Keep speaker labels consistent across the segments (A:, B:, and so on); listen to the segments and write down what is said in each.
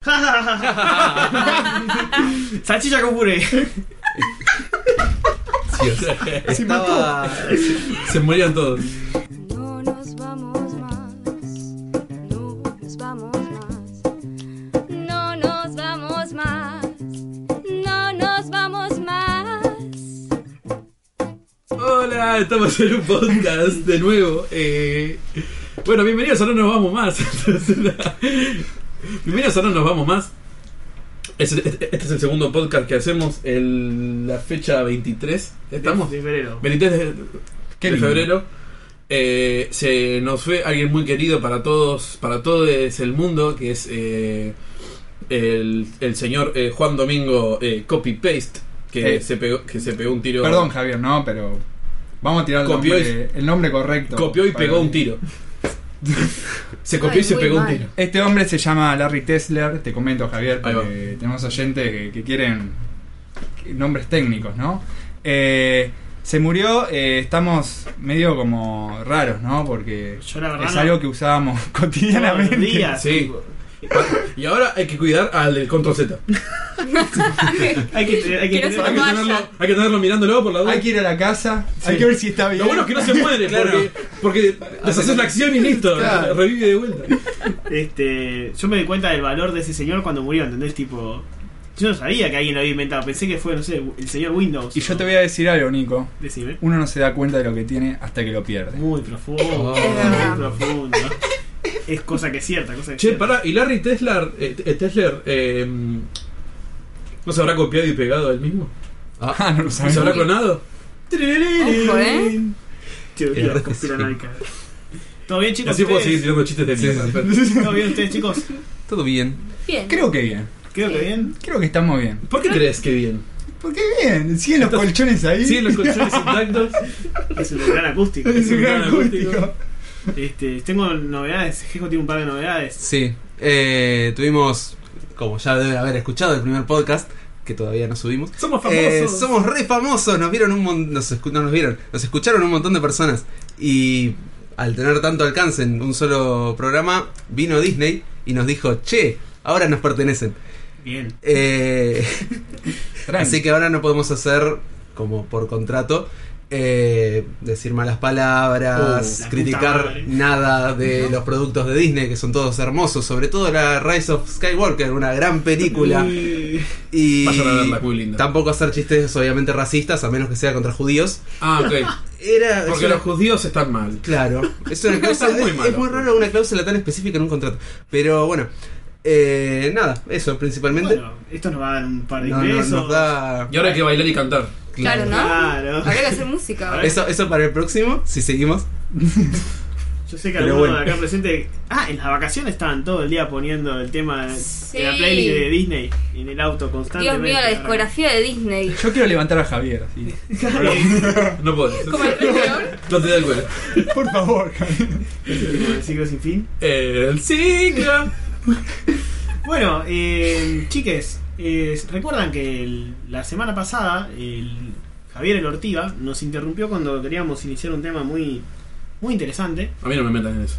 A: Salchicha con puré.
B: Estaba- Se morían todos.
C: No nos vamos más, no nos vamos más, no nos vamos más, no nos vamos más.
B: Hola, estamos en un podcast de nuevo. eh, bueno, bienvenidos a No Nos Vamos Más. bienvenidos a No Nos Vamos Más. Es- Este, este es el segundo podcast que hacemos en la fecha 23. ¿Estamos?
A: De febrero.
B: 23 de,
D: Qué
B: de
D: lindo.
B: febrero. Eh, se nos fue alguien muy querido para todos, para todo el mundo, que es eh, el, el señor eh, Juan Domingo eh, Copy Paste, que,
D: Eh.
B: se pegó, que se pegó un tiro.
D: Perdón, Javier, no, pero. Vamos a tirar el,
B: Copió
D: nombre, el nombre correcto.
B: Copió y
D: Para-
B: pegó un tiro. Se copió
C: Ay,
B: y se
C: muy
B: pegó un
C: mal.
B: tiro.
D: Este hombre se llama Larry Tesler. Te comento, Javier,
B: Ahí va.
D: porque tenemos oyentes que, que quieren nombres técnicos, ¿no? Eh, se murió, eh, estamos medio como raros, ¿no? Porque
A: Yo la verdad
D: es
A: no-
D: algo que usábamos
A: Todos los
D: cotidianamente.
A: días.
B: Sí.
A: tipo.
B: Y ahora hay que cuidar al del control Z.
A: Hay que, tener- hay que
C: Quiero
A: tener-
C: ser
B: Hay que
C: Vaya.
B: tenerlo, hay que tenerlo mirándolo por la duda.
D: Hay que ir a la casa,
B: Sí.
D: hay que ver si está bien.
B: Lo bueno es que no se muere,
D: Claro.
B: porque, porque deshaces la acción y listo,
D: Claro.
B: revive de vuelta.
A: Este, yo me di cuenta del valor de ese señor cuando murió, ¿entendés? Tipo, yo no sabía que alguien lo había inventado, pensé que fue, no sé, el señor Windows.
D: Y yo te voy a decir algo, Nico.
A: Decime.
D: Uno no se da cuenta de lo que tiene hasta que lo pierde.
A: Muy profundo,
B: Es
C: verdad.
A: muy profundo. Es cosa que es cierta, cosa que es
B: Che,
A: cierta.
B: pará, y Larry Tesler, eh, eh, Tesler eh, ¿no se habrá copiado y pegado él mismo?
D: Ah, no lo
B: ¿No se habrá
D: sabemos.
B: clonado?
C: Ojo, ¿eh?
A: Teoría
B: Eh,
A: conspiranoica. ¿Todo bien, chicos?
B: Así puedo seguir
A: ¿Ustedes?
B: tirando chistes de mierda.
A: ¿Todo bien ustedes, chicos?
E: Todo bien.
C: Bien.
D: Creo que bien.
A: Creo que bien.
D: Creo que estamos bien.
B: ¿Por qué crees que bien?
D: ¿Por qué bien? ¿Siguen los
B: Entonces-
D: colchones ahí?
B: Sí, los colchones intactos.
A: Es un gran acústico.
D: Es un gran
B: gran acústico.
D: acústico.
A: Este, tengo novedades, Jejo tiene un par de novedades.
E: Sí. Eh, tuvimos, como ya deben haber escuchado, el primer podcast que todavía no subimos.
B: Somos famosos.
E: Eh, somos re famosos, nos vieron un mon- nos escu- no nos vieron, nos escucharon un montón de personas y al tener tanto alcance en un solo programa vino Disney y nos dijo, che, ahora nos pertenecen.
A: Bien.
E: Eh,
D: Tranqui.
E: Así que ahora no podemos hacer, como por contrato, eh, decir malas
A: Oh, la
E: palabras,
A: puta
E: criticar
A: madre.
E: nada de los productos de Disney, que son todos hermosos, sobre todo la Rise of Skywalker, una gran película.
A: Eh,
E: Y
B: Vayan a verla, muy linda.
E: tampoco hacer chistes obviamente racistas, a menos que sea contra judíos.
B: Ah, ok.
E: Era...
B: Porque
E: es una-
B: los judíos están mal.
E: Claro, es una cláusula,
B: Está muy
E: es-
B: malo.
E: es muy raro una cláusula tan específica en un contrato. Pero bueno, eh, nada, eso principalmente.
A: bueno, esto nos va a dar un par de
E: No, no,
A: ingresos.
E: nos da-
B: Y ahora hay que bailar y cantar.
C: Claro, ¿no?
A: Claro.
C: Habría que hacer música ahora.
E: Eso, eso para el próximo, si seguimos.
A: Yo sé que
E: Pero
A: algunos
E: bueno.
A: de acá presente. Ah, en las vacaciones estaban todo el día poniendo el tema de
C: Sí.
A: la playlist de Disney en el auto
C: Dios
A: constantemente.
C: mío, la discografía de Disney.
D: Yo quiero levantar a Javier. así.
B: No podés.
C: Como el peor.
B: No te da el cuero.
D: Por favor, Javier.
A: El siglo sin fin.
B: El ciclo.
A: Bueno, eh, chiques, eh, recuerdan que el- la semana pasada el Javier el Ortiga nos interrumpió cuando queríamos iniciar un tema muy, muy interesante.
B: A mí no me metan en eso.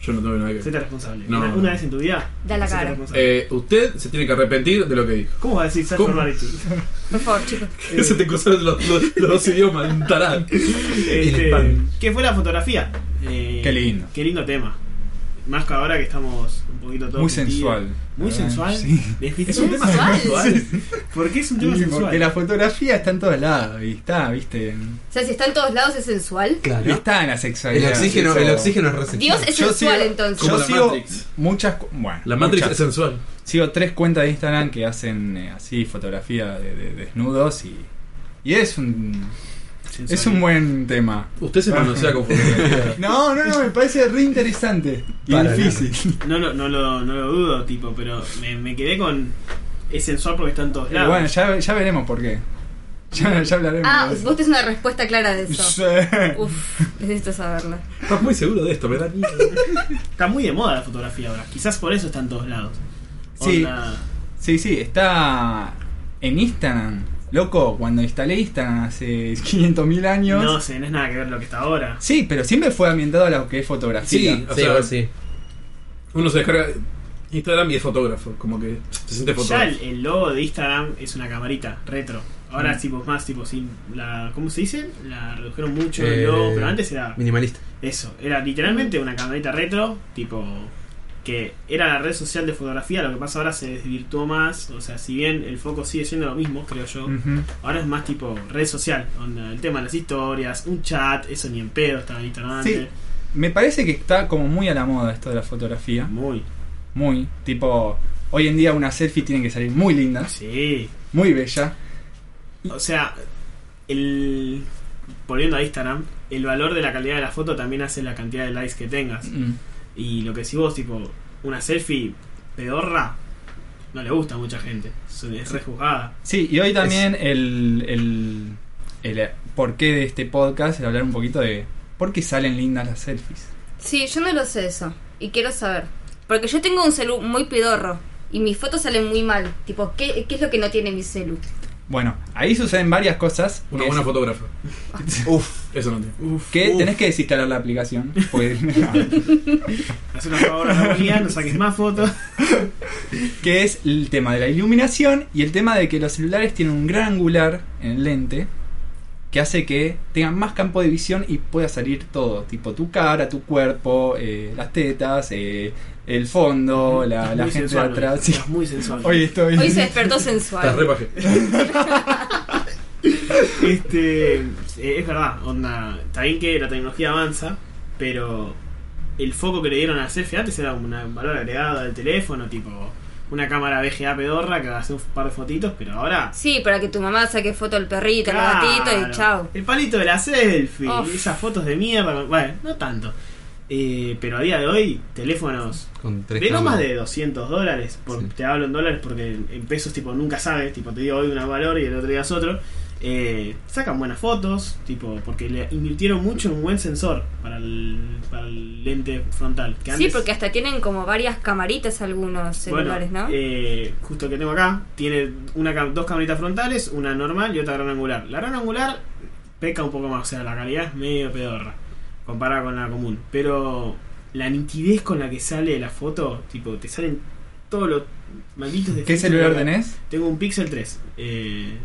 B: Yo no tengo nada que ver.
A: Sete responsable.
B: No.
A: Una, una vez en tu vida.
C: Da la
A: sete
C: cara.
A: responsable.
B: Eh, usted se tiene que arrepentir de lo que dijo.
A: ¿Cómo vas a decir self
B: ¿cómo?
A: normality?
C: Por favor, chicos.
B: Se
C: Eh,
B: te cruzaron los, los- los dos idiomas, un tarán.
A: Este,
B: Pan.
A: ¿Qué fue la fotografía? Eh,
D: Qué lindo.
A: Qué lindo tema. Más que ahora que estamos un poquito todos.
D: Muy
A: metidos.
D: sensual.
A: Muy
D: ¿verdad?
A: sensual.
D: Sí.
A: ¿Les
B: Es
A: viste?
B: un tema sensual.
A: ¿Por qué es un tema
D: Sí,
A: sensual?
D: Porque la fotografía está en todos lados. Y está, viste.
C: O sea, si está en todos lados es sensual.
D: Y
E: Claro.
D: está en la sexualidad.
E: El oxígeno,
D: Eso-
E: el oxígeno es receptivo.
C: Dios es
D: Yo ¿eh?
C: sensual
D: sigo-
C: entonces.
B: Como
D: Yo
B: la
D: sigo
B: Matrix.
D: muchas. cu- Bueno,
B: La Matrix
D: muchas.
B: es sensual.
D: Sigo tres cuentas de Instagram que hacen eh, así fotografía de, de- desnudos y. Y es un.
A: Sensual.
D: Es un buen tema.
B: Usted se manosea con fotografía.
D: No, no, no, me parece re interesante. Y
E: Para
D: difícil.
A: No lo, no, lo, no lo dudo, tipo, pero me, me quedé con. Es sensual porque está en todos
D: Pero
A: lados.
D: bueno, ya, ya veremos por qué. Ya, ya hablaremos.
C: Ah,
D: de eso.
C: vos tenés una respuesta clara de eso.
D: Sí.
C: Uf, necesito saberla.
B: Estás muy seguro de esto, me da miedo.
A: Está muy de moda la fotografía ahora. Quizás por eso está en todos lados.
D: Sí.
A: Onda-
D: Sí, sí, está en Instagram. Loco, cuando instalé Instagram hace 500.000 años.
A: No sé, no es nada que ver lo que está ahora.
D: Sí, pero siempre fue ambientado a lo que es fotografía.
B: Sí, o
E: Sí,
B: sea,
E: igual sí.
B: Uno se descarga. Instagram y es fotógrafo, como que se siente
A: Ya
B: fotógrafo.
A: el, el logo de Instagram es una camarita retro. Ahora
D: Mm.
A: tipo más tipo sin la ¿cómo se dice? La redujeron mucho
E: Eh,
A: el logo, pero antes era
E: Minimalista.
A: eso, era literalmente una camarita retro, tipo que era la red social de fotografía, lo que pasa ahora se desvirtuó más, o sea, si bien el foco sigue siendo lo mismo, creo yo,
D: Ujú.
A: ahora es más tipo red social, donde el tema de las historias, un chat, eso ni en pedo estaba en Instagram
D: Sí.
A: antes.
D: Me parece que está como muy a la moda esto de la fotografía.
A: Muy.
D: Muy. Tipo, hoy en día una selfie tiene que salir muy linda,
A: Sí.
D: muy bella.
A: O sea, el volviendo a Instagram, el valor de la calidad de la foto también hace la cantidad de likes que tengas.
D: Mm.
A: Y lo que si vos, tipo, una selfie pedorra, no le gusta a mucha gente. Es- Es rejuzgada.
D: Sí, y hoy también el, el, el porqué de este podcast es hablar un poquito de por qué salen lindas las selfies.
C: Sí, yo no lo sé eso. Y quiero saber. Porque yo tengo un celu muy pedorro. Y mis fotos salen muy mal. Tipo, ¿qué, qué es lo que no tiene mi celu?
D: Bueno, ahí suceden varias cosas.
B: Una
D: que
B: buena
D: es-
B: fotógrafa.
E: Uf,
B: Eso no tiene.
D: que
E: Uf.
D: tenés que desinstalar la aplicación. pues,
A: Haz una favor a la guía, no saques más fotos.
D: que es el tema de la iluminación y el tema de que los celulares tienen un gran angular en el lente que hace que tengan más campo de visión y pueda salir todo, tipo tu cara, tu cuerpo, eh, las tetas, eh, el fondo, la,
A: Estás
D: la
A: muy
D: gente de
A: sensual,
D: atrás.
A: hoy.
D: Sí.
A: Estás muy sensual.
D: Hoy estoy.
C: Hoy se despertó
B: Estás
C: sensual.
B: repaje.
A: Este, eh, es verdad, onda. Está bien que la tecnología avanza, pero el foco que le dieron a la selfie antes era un valor agregado del teléfono, tipo una cámara VGA pedorra que hace un par de fotitos, pero ahora.
C: Sí, para que tu mamá saque foto del perrito, al gatito
A: Claro,
C: y chao.
A: El palito de la selfie,
C: Uf.
A: esas fotos de mierda, bueno, no tanto. Eh, pero a día de hoy, teléfonos
E: con tres
A: de no más
E: cámaras.
A: de 200 dólares, por-
E: Sí.
A: te hablo en dólares porque en pesos tipo nunca sabes, tipo te digo hoy un valor y el otro día es otro. Eh, sacan buenas fotos, tipo, porque le invirtieron mucho en un buen sensor para el, para el lente frontal. que
C: Sí,
A: antes-
C: porque hasta tienen como varias camaritas algunos
A: bueno,
C: celulares, ¿no?
A: eh, justo el que tengo acá, tiene una cam- dos camaritas frontales, una normal y otra gran angular. La gran angular peca un poco más, o sea, la calidad es medio pedorra comparada con la común. Pero la nitidez con la que sale la foto, tipo, te salen todos los malditos de
D: ¿Qué celular tenés?
A: Tengo un Pixel 3. eh,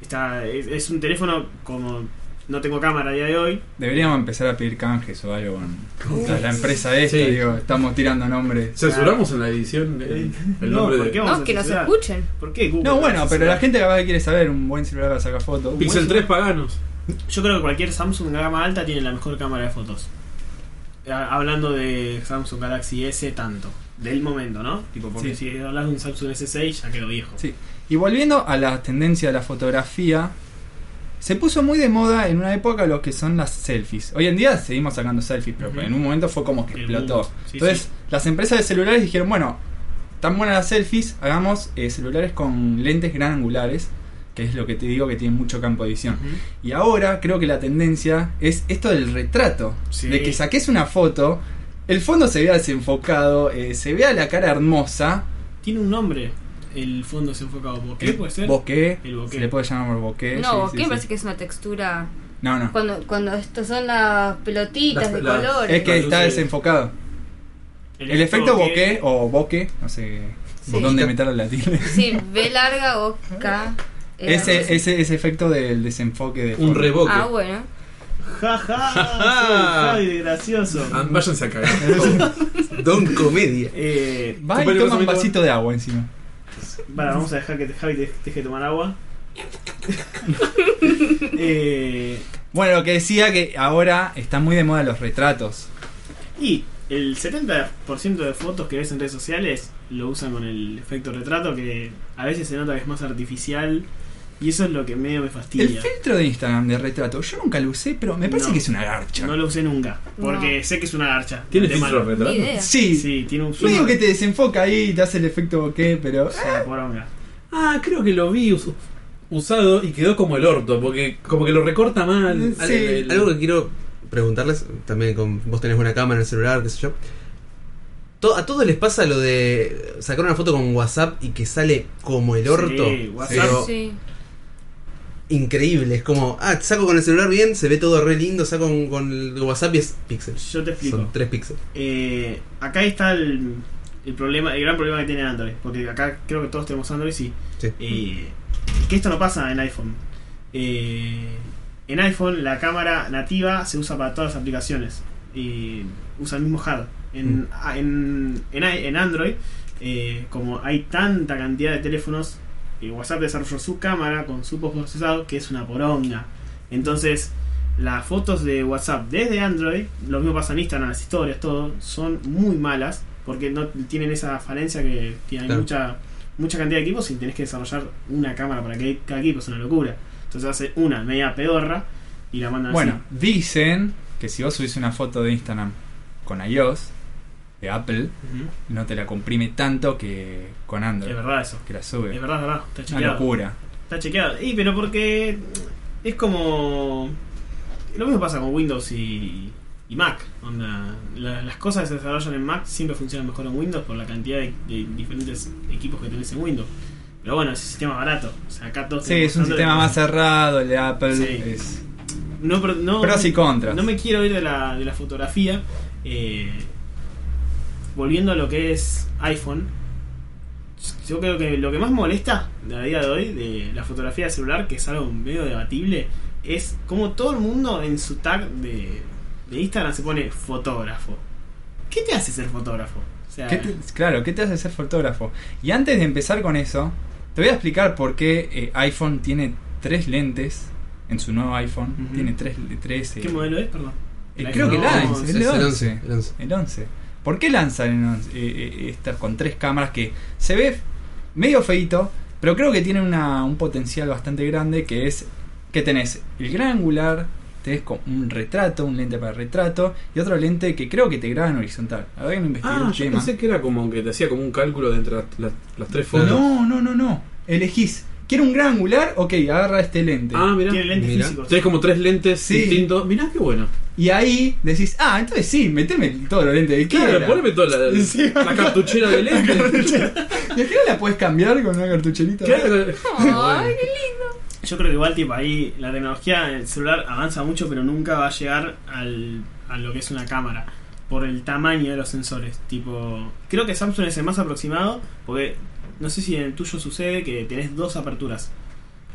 A: está, es, es un teléfono como no tengo cámara a día de hoy.
D: Deberíamos empezar a pedir canjes o algo con con la empresa esta,
B: Sí.
D: digo, estamos tirando nombres.
B: ¿Censuramos en la edición el, el
A: Eh, No,
B: nombre
A: ¿por
B: de
A: qué vamos
C: No,
A: a
C: que nos
A: censurar?
C: escuchen.
A: ¿Por qué Google
D: No,
A: nos
D: bueno, pero
A: censura?
D: la gente capaz que quiere saber un buen celular para sacar fotos.
B: Pixel 3 paganos.
A: Yo creo que cualquier Samsung gama alta tiene la mejor cámara de fotos. Ha- Hablando de Samsung Galaxy S tanto. Del momento, ¿no? Tipo, porque si hablas de un Samsung S6 ya quedó viejo.
D: Sí. Y volviendo a la tendencia de la fotografía, se puso muy de moda en una época lo que son las selfies. Hoy en día seguimos sacando selfies, pero
A: Ujú.
D: en un momento fue como que
A: El
D: explotó.
A: boom. Sí,
D: Entonces,
A: sí.
D: las empresas de celulares dijeron, bueno, tan buenas las selfies, hagamos eh, celulares con lentes gran angulares, que es lo que te digo que tienen mucho campo de visión.
A: Ujú.
D: Y ahora creo que la tendencia es esto del retrato.
A: Sí.
D: De que saques una foto, el fondo se vea desenfocado, eh, se vea la cara hermosa.
A: Tiene un nombre el fondo se enfocado. ¿Qué puede ser?
D: Boqué.
A: El boqué.
D: Se le puede llamar boqué. sí,
C: No,
D: Eh, sí,
C: ¿qué me
D: sí.
C: parece que es una textura?
D: No, no.
C: Cuando, cuando estos son las pelotitas
B: Las-
C: de
B: las-
C: colores.
D: Es que
B: Las
D: está
B: luces.
D: desenfocado. El efecto boqué o boque, no sé
C: Sí.
D: dónde meter la tilde.
C: Sí, B larga o K. eh,
D: Ese, ese, ese efecto del desenfoque de
B: Un reboque.
C: Ah, bueno.
A: Ja, ja, soy Javi de gracioso.
B: Ah, Váyanse a cagar.
E: Don Comedia.
A: Eh,
D: Va y
B: Compañero,
D: toma un
B: amigo.
D: vasito de agua encima.
A: Para, vamos a dejar que te- Javi te te deje tomar agua. eh,
D: Bueno, lo que decía que ahora están muy de moda los retratos.
A: Y el 70% de fotos que ves en redes sociales lo usan con el efecto retrato que a veces se nota que es más artificial y eso es lo que medio me
D: El
A: fastidia.
D: filtro de Instagram de retrato, yo nunca lo usé, pero me parece
A: No.
D: que es una garcha.
A: No lo usé nunca, porque
C: No.
A: sé que es una garcha.
B: ¿Tiene
A: de
B: filtro
A: mano.
B: de
C: Ni
B: retrato?
C: idea.
D: Sí,
A: Sí, tiene un
D: Yo digo
A: filtro.
D: que te desenfoca ahí y te hace el efecto bokeh, pero. eh,
A: Es una poronga.
B: Ah, creo que lo vi us- usado y quedó como el orto, porque como que lo recorta mal. El-
D: Sí.
B: el-
E: Algo que quiero preguntarles, también con vos tenés buena cámara en el celular, qué sé yo. To- a todos les pasa lo de sacar una foto con WhatsApp y que sale como el orto.
A: Sí, WhatsApp.
E: pero
C: Sí.
E: increíble, es como, ah, saco con el celular bien, se ve todo re lindo, saco con, con el WhatsApp y es píxeles.
A: Yo te explico.
E: Son tres píxeles.
A: Eh, acá está el el problema, el gran problema que tiene Android, porque acá creo que todos tenemos Android y
E: Sí.
A: eh, que esto no pasa en iPhone. Eh, en iPhone la cámara nativa se usa para todas las aplicaciones y usa el mismo hardware. En,
E: Mm.
A: a- en, en i- en Android, eh, como hay tanta cantidad de teléfonos, eh, WhatsApp desarrolló su cámara con su postprocesado que es una poronga. Entonces, las fotos de WhatsApp desde Android, lo mismo pasa en Instagram, las historias, todo, son muy malas porque no tienen esa falencia que, que hay
E: Claro.
A: mucha mucha cantidad de equipos y tenés que desarrollar una cámara para que cada equipo, es una locura. Entonces hace una media pedorra y la mandan
D: Bueno,
A: así.
D: dicen que si vos subís una foto de Instagram con iOS, de Apple,
A: Ujú.
D: no te la comprime tanto que con
A: Es
D: Android,
A: verdad eso.
D: que la
A: Es
D: sube.
A: verdad, es verdad. Está
D: Una
A: chequeado.
D: locura.
A: Está chequeado. Y pero porque es como. Lo mismo pasa con Windows y, y Mac. Onda, la- las cosas que se desarrollan en Mac siempre funcionan mejor en Windows por la cantidad de, de diferentes equipos que tenés en Windows. Pero bueno, es un sistema barato. O sea, acá todos
D: Sí,
A: tenemos
D: es un
A: Android.
D: sistema más cerrado, el de Apple.
A: Sí.
D: es-
A: No, pero no,
D: Pros y contras.
A: No me quiero ir de la, de la fotografía. eh, volviendo a lo que es iPhone. Yo creo que lo que más molesta de a día de hoy de la fotografía de celular, que es algo medio debatible, es como todo el mundo en su tag de, de Instagram se pone fotógrafo. ¿Qué te hace ser fotógrafo? O sea,
D: ¿Qué te- claro, ¿qué te hace ser fotógrafo? Y antes de empezar con eso, te voy a explicar por qué eh, iPhone tiene tres lentes en su nuevo iPhone.
A: Ujú.
D: Tiene tres, tres eh,
A: ¿qué modelo es? Perdón.
D: eh,
A: El
D: creo que el
A: iPhone
D: 11,
E: Es
D: el, 11,
E: el 11.
D: el 11. ¿Por qué lanzan el 11, eh, eh, estas con tres cámaras que se ve medio feito, pero creo que tiene una- un potencial bastante grande que es que tenés el gran angular, tenés con un retrato, un lente para retrato y otro lente que creo que te graba en horizontal. Habrá que investigar
B: Ah,
D: el
B: yo
D: tema.
B: pensé que era como que te hacía como un cálculo de entre las, las- las tres fotos.
D: No, no, no, no. Elegís. ¿Quiero un gran angular? Ok, agarra este lente.
B: Ah, mirá.
A: Tiene lentes
E: Mira.
A: físicos.
B: Tenés como tres lentes
D: Sí.
B: distintos. Mirá, qué bueno.
D: Y ahí decís, ah, entonces sí, meteme todos los lentes que
B: Claro,
D: quieras.
B: poneme toda la,
D: Sí.
B: la cartuchera de lentes.
D: Y al final la puedes cambiar con una cartucherita.
B: Claro.
C: Ay,
B: Bueno.
A: Yo creo que igual, tipo, ahí la tecnología del celular avanza mucho, pero nunca va a llegar al, a lo que es una cámara. Por el tamaño de los sensores. Tipo, creo que Samsung es el más aproximado, porque no sé si en el tuyo sucede que tenés dos aperturas.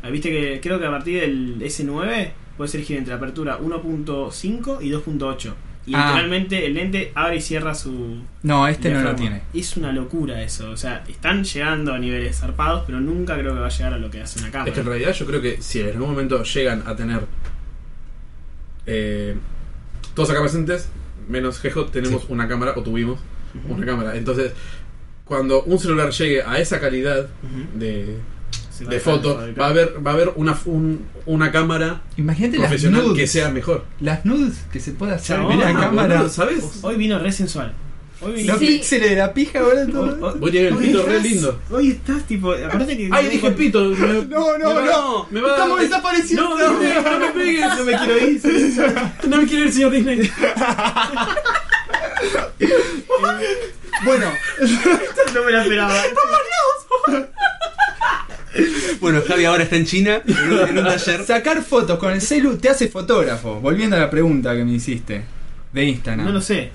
A: Ah, Viste que creo que a partir del S9 puedes elegir entre apertura 1.5 y 2.8. Y
D: Ah.
A: literalmente el lente abre y cierra su.
D: No, este no lo
A: diafragma.
D: tiene.
A: Es una locura eso. O sea, están llegando a niveles zarpados, pero nunca creo que va a llegar a lo que hace una cámara.
B: Es que en realidad yo creo que si en algún momento llegan a tener eh, todos acá presentes, menos Jejo, tenemos una cámara, o tuvimos
A: Ujú.
B: una cámara. Entonces, cuando un celular llegue a esa calidad
A: Ujú.
B: de,
A: Se va
B: de
A: a
B: foto,
A: fabricar.
B: va a haber, va a haber una, un- una cámara
D: Imagínate las
B: profesional
D: nudes.
B: que sea mejor. Ah,
D: Las nudes que se puede hacer
A: Chabón,
D: con la
A: boludo,
D: cámara.
B: ¿Sabes?
A: Hoy vino re sensual. Hoy vino.
D: Los
C: Sí.
D: píxeles de la pija, boludo.
A: Hoy-
B: Voy a tener el
A: hoy
B: pito re
A: estás-
B: lindo.
A: Hoy estás tipo. Acordate que.
B: ¡Ay, dije pito! me-
D: No, no,
B: me va-
D: no.
B: me va-
D: Estamos desapareciendo.
B: No, no, no me pegues.
A: No me quiero ir. sí, sí,
B: No me quiero ir, señor Disney.
D: Bueno,
A: sí, No me la esperaba.
E: Bueno, Javi ahora está en China, en un, en un taller.
D: sacar fotos con el celu te hace fotógrafo. Volviendo a la pregunta que me hiciste de Instagram.
A: No lo sé.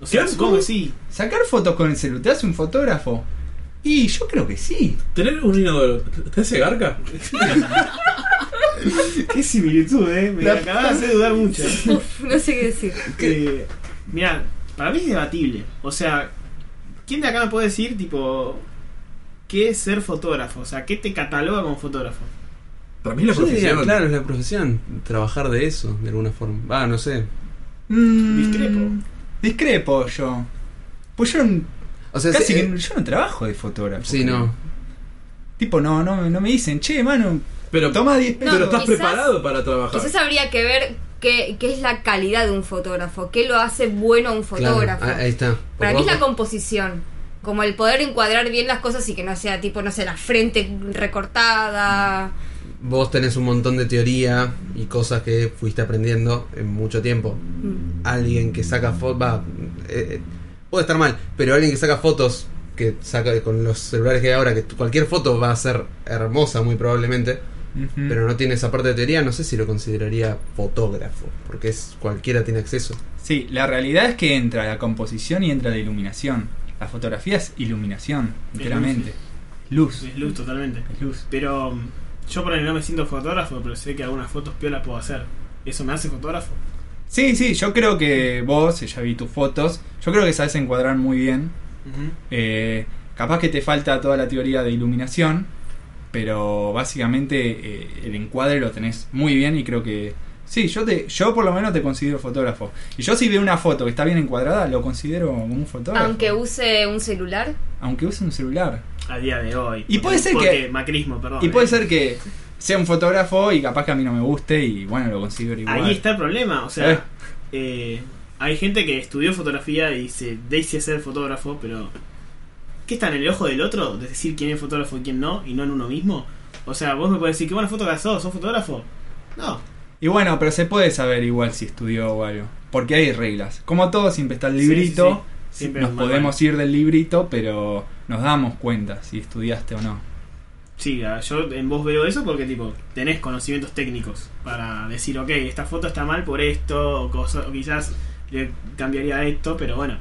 A: O sea,
B: ¿Qué?
A: supongo que sí.
D: ¿Sacar fotos con el celu te hace un fotógrafo? Y yo creo que sí.
B: Tener un inodoro. ¿Te hace garca?
A: Qué similitud, eh. Me
D: La-
A: acabas de hacer dudar mucho.
C: no sé qué decir.
A: Eh, Mirá, para mí es debatible. O sea, ¿quién de acá me puede decir, tipo. ¿Qué es ser fotógrafo? O sea, ¿qué te cataloga como fotógrafo?
B: Para mí es la
E: Yo diría,
B: profesión.
E: claro, es la profesión. Trabajar de eso, de alguna forma. Ah, no sé.
D: Mm,
A: Discrepo.
D: Discrepo yo. Pues yo, n-
E: O sea,
D: casi
E: sí,
D: que yo no trabajo de fotógrafo.
E: eh, sí, no.
D: Tipo, no, no, no me dicen, che, mano,
B: Pero,
D: toma 10 pesos.
B: pero estás
C: quizás-
B: preparado para trabajar.
C: Quizás habría que ver qué, qué es la calidad de un fotógrafo, qué lo hace bueno a un fotógrafo.
E: Claro, ah, ahí está.
C: Para mí es la
E: Porque vos-
C: composición. Como el poder encuadrar bien las cosas y que no sea tipo, no sé, la frente recortada.
E: Vos tenés un montón de teoría y cosas que fuiste aprendiendo en mucho tiempo. Mm. Alguien que saca fotos. Va. eh, eh, puede estar mal, pero alguien que saca fotos. Que saca con los celulares que hay ahora, que tu- cualquier foto va a ser hermosa, muy probablemente.
D: Ujú.
E: Pero no tiene esa parte de teoría, no sé si lo consideraría fotógrafo. Porque es cualquiera tiene acceso.
D: Sí, la realidad es que entra la composición y entra la iluminación. La fotografía es iluminación, literalmente. Luz.
A: Es luz totalmente.
D: Es luz.
A: Pero mm, yo por ahí no me siento fotógrafo, pero sé que algunas fotos piolas puedo hacer. ¿Eso me hace fotógrafo?
D: Sí, sí, yo creo que vos, ya vi tus fotos, yo creo que sabes encuadrar muy bien. Eh, capaz que te falta toda la teoría de iluminación, pero básicamente eh, el encuadre lo tenés muy bien y creo que... Sí, yo, te, yo por lo menos te considero fotógrafo. Y yo si veo una foto que está bien encuadrada, lo considero como un fotógrafo.
C: Aunque use un celular,
D: Aunque use un celular.
A: A día de hoy.
D: Y puede ser
A: Porque
D: que-
A: Macrismo, perdón.
D: Y puede
A: eh.
D: ser que sea un fotógrafo y capaz que a mí no me guste y bueno, lo considero igual.
A: Ahí está el problema, o sea,
D: Eh.
A: eh, hay gente que estudió fotografía y se dice ser fotógrafo, pero ¿qué está en el ojo del otro? De decir quién es fotógrafo y quién no, y no en uno mismo. O sea, vos me podés decir, qué buena foto que has dado, ¿sos fotógrafo? No.
D: Y bueno, pero se puede saber igual si estudió o algo. Porque hay reglas. Como todo, siempre está el librito.
A: Sí, sí, sí. Siempre
D: nos
A: es manual.
D: podemos ir del librito, pero nos damos cuenta si estudiaste o no.
A: Sí, a- yo en vos veo eso porque, tipo, tenés conocimientos técnicos para decir, ok, esta foto está mal por esto, o, cosa- o quizás le cambiaría esto, pero bueno.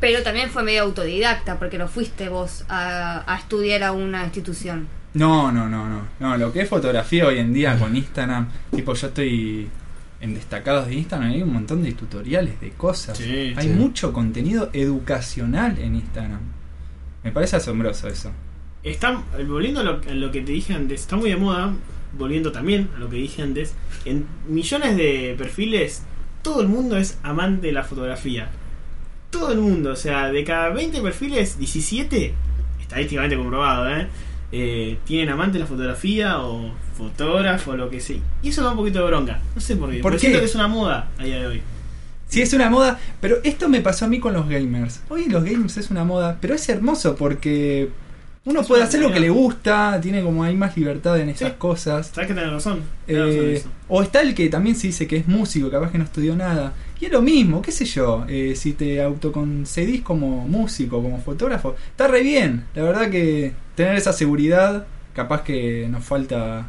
C: pero también fue medio autodidacta porque no fuiste vos a, a estudiar a una institución.
D: No, no, no, no. No, lo que es fotografía hoy en día con Instagram. Tipo, yo estoy en destacados de Instagram. Hay un montón de tutoriales de cosas.
A: Sí,
D: hay
E: sí.
D: mucho contenido educacional en Instagram. Me parece asombroso eso.
A: Está, volviendo a lo, a lo que te dije antes, está muy de moda, volviendo también a lo que dije antes, en millones de perfiles, todo el mundo es amante de la fotografía. Todo el mundo, o sea, de cada 20 perfiles, 17, estadísticamente comprobado, ¿eh? Eh, tienen amante de la fotografía o fotógrafo o lo que sea. Y eso da un poquito de bronca. No sé por qué.
D: ¿Por
A: pero
D: qué?
A: siento que es una moda a día de hoy.
D: Sí, es una moda, pero esto me pasó a mí con los gamers. Hoy los gamers es una moda, pero es hermoso porque uno
A: Es
D: puede
A: una
D: hacer lo que le
A: realidad.
D: gusta, tiene como hay más libertad en esas
A: Sí.
D: cosas.
A: ¿Sabes que tenés razón? Tenés
D: Eh,
A: razón en eso.
D: o está el que también se dice que es músico, capaz que no estudió nada. Y es lo mismo, qué sé yo, eh, si te autoconcedís como músico, como fotógrafo, está re bien. La verdad que tener esa seguridad, capaz que nos falta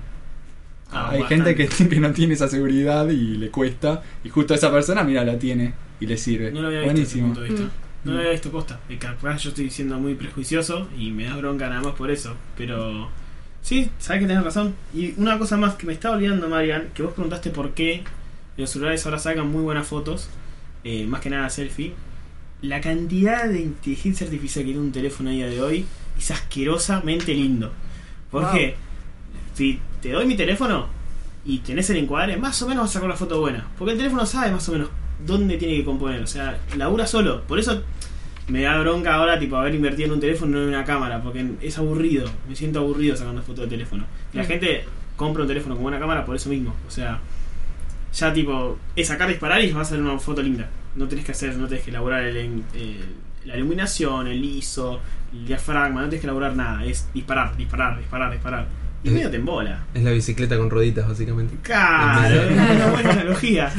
A: Ah,
D: hay
A: bastante.
D: gente que, que no tiene esa seguridad y le cuesta. Y justo esa persona, mira, la tiene y le sirve.
A: No lo había
D: Buenísimo.
A: visto desde ese punto de vista. No lo había visto posta. Y capaz yo estoy siendo muy prejuicioso y me da bronca nada más por eso. Pero sí, sabes que tenés razón. Y una cosa más que me estaba olvidando, Marian, que vos preguntaste por qué los celulares ahora sacan muy buenas fotos, eh, más que nada selfie. La cantidad de inteligencia artificial que tiene un teléfono a día de hoy es asquerosamente lindo.
C: Wow.
A: Porque si te doy mi teléfono y tenés el encuadre, más o menos vas a sacar una foto buena. Porque el teléfono sabe más o menos dónde tiene que componer. O sea, labura solo. Por eso me da bronca ahora tipo haber invertido en un teléfono y no en una cámara. Porque es aburrido. Me siento aburrido sacando fotos de teléfono. La
C: Mm.
A: gente compra un teléfono con una cámara por eso mismo. O sea, ya tipo, es sacar, disparar y vas a hacer una foto linda. No tenés que hacer, no tenés que elaborar el, en- el- la iluminación, el ISO, el diafragma, no tenés que elaborar nada. Es disparar, disparar, disparar, disparar. Y medio te embola.
E: Es la bicicleta con rueditas, básicamente.
A: Claro, es una buena analogía.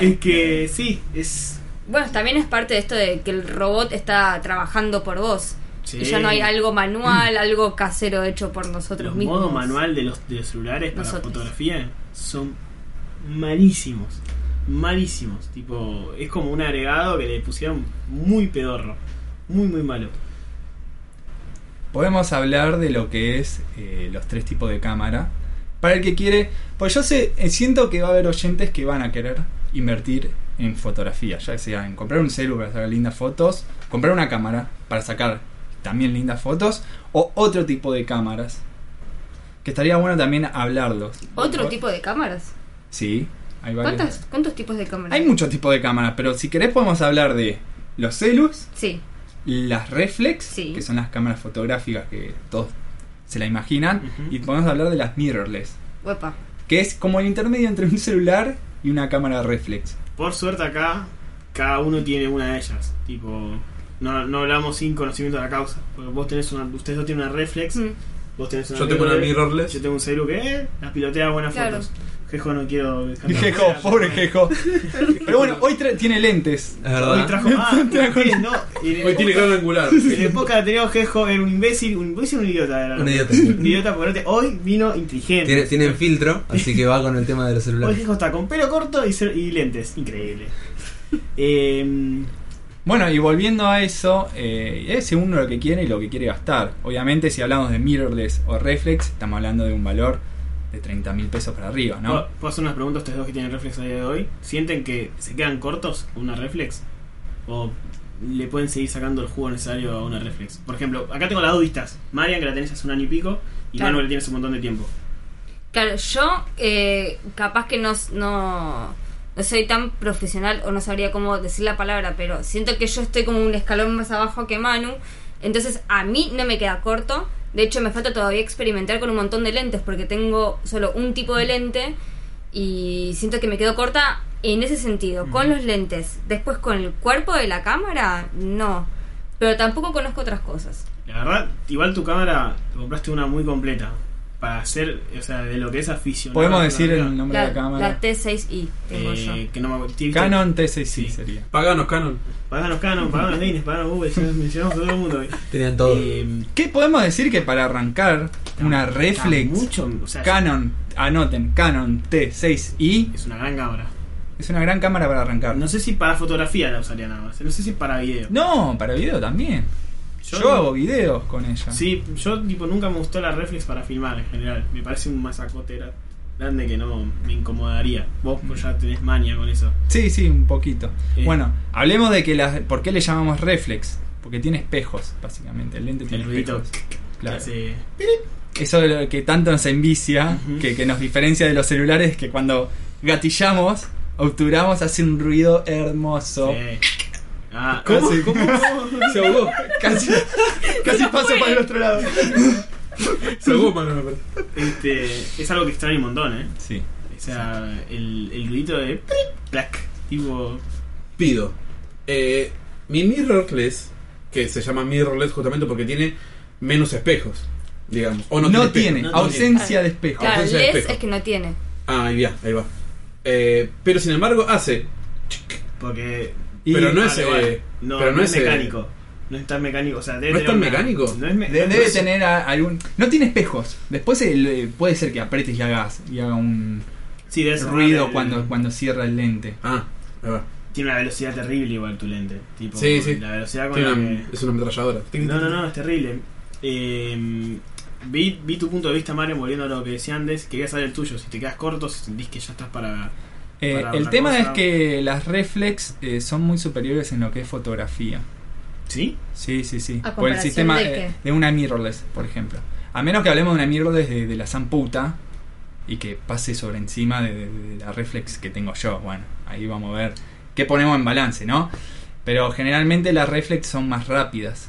A: es que sí, es.
C: Bueno, también es parte de esto de que el robot está trabajando por vos.
A: sí.
C: Y ya no hay algo manual, algo casero hecho por nosotros
A: Los
C: mismos.
A: modos manual de los, de los celulares para
C: Nosotros.
A: fotografía son malísimos. Malísimos. Tipo, es como un agregado que le pusieron muy pedorro. Muy, muy malo.
D: Podemos hablar de lo que es eh, los tres tipos de cámara. Para el que quiere, pues yo sé, eh, siento que va a haber oyentes que van a querer invertir en fotografía, ya sea en comprar un celular para sacar lindas fotos, comprar una cámara para sacar también lindas fotos o otro tipo de cámaras. Que estaría bueno también hablarlos.
C: Otro tipo de cámaras.
D: Sí, hay varios.
C: ¿Cuántas, ¿Cuántos tipos de cámaras?
D: Hay muchos tipos de cámaras, pero si querés podemos hablar de los celus,
C: Sí.
D: las reflex,
C: Sí.
D: que son las cámaras fotográficas que todos se la imaginan,
A: Ujú.
D: y podemos hablar de las mirrorless,
C: Uepa.
D: que es como el intermedio entre un celular y una cámara reflex.
A: Por suerte acá, cada uno tiene una de ellas. Tipo, no, no hablamos sin conocimiento de la causa. Porque vos tenés una, ustedes dos tienen una reflex,
C: Mm.
A: vos tenés una
B: Yo tengo una
A: mirrorless,
B: mirrorless.
A: Yo tengo un celu que eh, las pilotea buenas
C: Claro.
A: fotos. Jejo, no quiero.
D: Jejo, pobre Jejo. Pero bueno, hoy tra- tiene lentes.
E: Es
A: Hoy
E: verdad.
A: trajo. Ah,
D: Trajo-
A: ¿qué? no, en
B: Hoy
A: el
B: tiene gran angular.
A: En el podcast anterior, Jejo era un imbécil, un imbécil o un idiota. Era,
E: Un idiota.
A: Un idiota, por arte. Hoy vino inteligente.
E: Tiene, tienen filtro, así que va con el tema de los
A: Hoy
E: celulares.
A: Jejo está con pelo corto y, cer- y lentes. Increíble. Eh,
D: Bueno, y volviendo a eso, eh, es uno lo que quiere y lo que quiere gastar. Obviamente, si hablamos de mirrorless o reflex, estamos hablando de un valor de 30 mil pesos para arriba, ¿no?
A: ¿Puedo- ¿Puedo hacer unas preguntas a ustedes dos que tienen reflex a día de hoy? ¿Sienten que se quedan cortos con una reflex? ¿O le pueden seguir sacando el jugo necesario a una reflex? Por ejemplo, acá tengo las dos vistas. Marian, que la tenés hace un año y pico, y
C: Claro.
A: Manuel, que tienes un montón de tiempo.
C: Claro, yo eh, capaz que no, no, no soy tan profesional o no sabría cómo decir la palabra, pero siento que yo estoy como un escalón más abajo que Manu, entonces a mí no me queda corto. De hecho, me falta todavía experimentar con un montón de lentes porque tengo solo un tipo de lente y siento que me quedo corta en ese sentido, con los lentes. Después con el cuerpo de la cámara, no. Pero tampoco conozco otras cosas.
A: La verdad, igual tu cámara, te compraste una muy completa. Para hacer, o sea, de lo que es aficionado. a
D: Podemos
A: la
D: decir
A: cámara.
D: el nombre de
C: La,
D: la cámara.
C: la T6i tengo yo.
A: Eh, que no me acuerdo.
D: Canon T6i
A: Sí.
D: sería.
B: Paganos, Canon.
A: Paganos Canon, paganos Dines, paganos Google, ya mencionamos a todo el mundo.
E: Tenían todo.
A: Eh,
D: ¿Qué podemos decir que para arrancar una
A: está
D: reflex
A: Mucho, o sea,
D: Canon, anoten, Canon T6i
A: Es una gran cámara.
D: es una gran cámara para arrancar.
A: No sé si para fotografía la usaría nada más. No sé si para video.
D: No, para video también. Yo,
A: Yo-
D: hago videos con ella.
A: Sí, yo tipo nunca me gustó la reflex para filmar en general. Me parece un masacotera grande que no me incomodaría. Vos pues, ya tenés manía con eso.
D: sí, sí, un poquito.
A: Eh.
D: Bueno, hablemos de que las, por qué le llamamos reflex. Porque tiene espejos, básicamente. El lente
A: El
D: tiene
A: ruidito
D: espejos.
A: que
D: Claro.
A: hace-
D: Eso de lo que tanto nos envicia,
A: Ujú.
D: que, que nos diferencia de los celulares, que cuando gatillamos, obturamos, hace un ruido hermoso.
A: Eh, ah,
D: ¿Cómo?
A: hace-
D: ¿Cómo? Se ahogó. Casi, casi paso para el otro lado.
B: Seguro, Paganos, me parece.
A: este, es algo que extraño un montón, ¿eh?
D: Sí.
A: O sea, el, el ruidito de... plic, plac, tipo...
B: pido. Eh, mi mirrorless, que se llama mirrorless justamente porque tiene menos espejos, digamos. O no,
D: No, tiene,
A: espejo.
B: espejo.
A: No
D: ausencia de espejo.
C: Claro,
B: ausencia de
C: les
B: espejo.
C: es que no tiene.
B: Ah, ahí va, ahí va. Eh, pero sin embargo hace...
A: Porque...
D: Y- ah,
B: pero no es...
A: Vale, vale.
B: eh,
A: No,
B: pero
A: no es
B: eh,
A: mecánico. No es tan mecánico. O sea, debe
B: ¿No es
A: tener
B: tan
A: una-
B: mecánico?
A: No es me-
D: De-
A: no
D: debe
A: es-
D: tener a- algún. No tiene espejos. Después el, eh, puede ser que apretes y hagas y haga un
A: sí, debe ser-
D: ruido
A: el-
D: cuando, cuando cierra el lente.
B: Ah, ahí va.
A: Tiene una velocidad terrible igual tu lente. Tipo,
B: Sí, sí.
A: La velocidad con
B: Tiene
A: la
B: una-
A: que...
B: es una ametralladora.
A: eh. No, no, no, es terrible. Eh, vi, vi tu punto de vista, Mario, volviendo a lo que decía antes. Quería saber el tuyo. Si te quedas corto, si sentís que ya estás para...
D: Eh,
A: Para
D: el
A: otra
D: tema
A: cosa.
D: es que las reflex eh, son muy superiores en lo que es fotografía.
A: ¿Sí?
D: Sí, sí, sí.
C: ¿A
D: Por el
C: comparación
D: sistema eh,
C: de
D: de,
C: qué?
D: una mirrorless, por ejemplo. A menos que hablemos de una mirrorless de, de la zamputa y que pase sobre encima de, de- de la reflex que tengo yo. Bueno, ahí vamos a ver qué ponemos en balance, ¿no? Pero generalmente las reflex son más rápidas.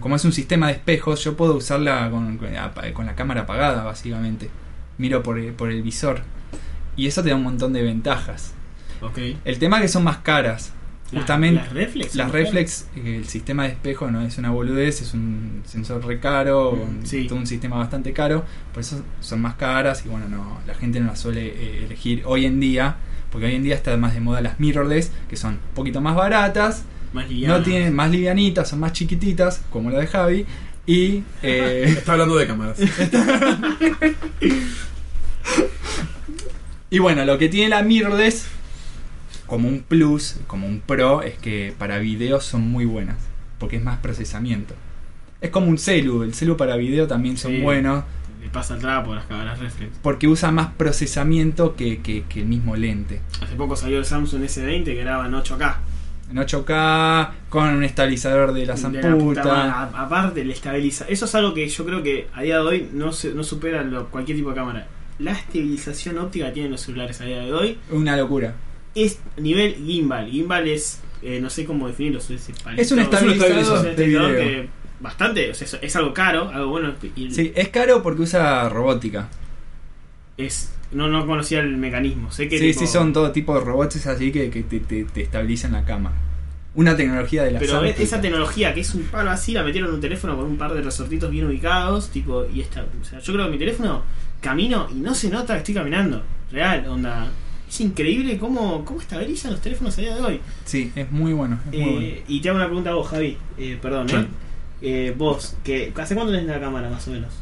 D: Como es un sistema de espejos, yo puedo usarla con, con- apa- con la cámara apagada, básicamente. Miro por el, por el visor. Y eso te da un montón de ventajas.
A: Ok.
D: El tema es que son más caras.
A: La-
D: Justamente.
A: Las reflex.
D: Las
A: ¿no?
D: reflex, eh, el sistema de espejo no es una boludez, es un sensor re caro, un-
A: Mm, sí.
D: todo un sistema bastante caro, por eso son más caras y bueno, no, la gente no las suele eh, elegir hoy en día, porque hoy en día está más de moda las mirrorless, que son un poquito más baratas,
A: Más livianas.
D: no tienen más livianitas, son más chiquititas, como la de Javi, y eh,
B: Está hablando de cámaras.
D: Y bueno, lo que tiene la mirrorless como un plus, como un pro, es que para video son muy buenas, porque es más procesamiento. Es como un celu, el celu para video también son
A: Sí.
D: buenos,
A: Le pasa el trapo a las cámaras reflex.
D: porque usa más procesamiento que, que- que el mismo lente.
A: Hace poco salió el Samsung S20 que graba en 8K.
D: En 8K, con un estabilizador de la
A: De la puta madre.
D: zamputa.
A: A- Aparte, le estabiliza. Eso es algo que yo creo que a día de hoy no, se, no supera lo- cualquier tipo de cámara. La estabilización óptica que tienen los celulares a día de hoy
D: Una locura.
A: es nivel gimbal. Gimbal es, eh, no sé cómo definirlo. Es, ese palito.
D: Es un estabilizador
B: estabilizador
D: de video.
A: que bastante, o sea, es, es algo caro, algo bueno. y
D: Sí, es caro porque usa robótica.
A: es, no, no conocía el mecanismo. Sé que
D: Sí,
A: tipo-
D: sí, son todo tipo de robots así que, que te, te- te estabilizan la cámara. Una tecnología de la
A: Pero
D: Samsung.
A: es- esa tecnología que es un palo así, la metieron en un teléfono con un par de resortitos bien ubicados, tipo, y está. O sea, yo creo que mi teléfono camino y no se nota que estoy caminando. Real, onda. Es increíble cómo, cómo estabilizan los teléfonos a día de hoy.
D: Sí, es muy bueno. Es
A: Eh,
D: muy bueno.
A: Y te hago una pregunta a vos, Javi. Eh, perdón, ¿eh?
B: Sí.
A: Eh, Vos, que, ¿hace cuánto tenés la cámara más o menos?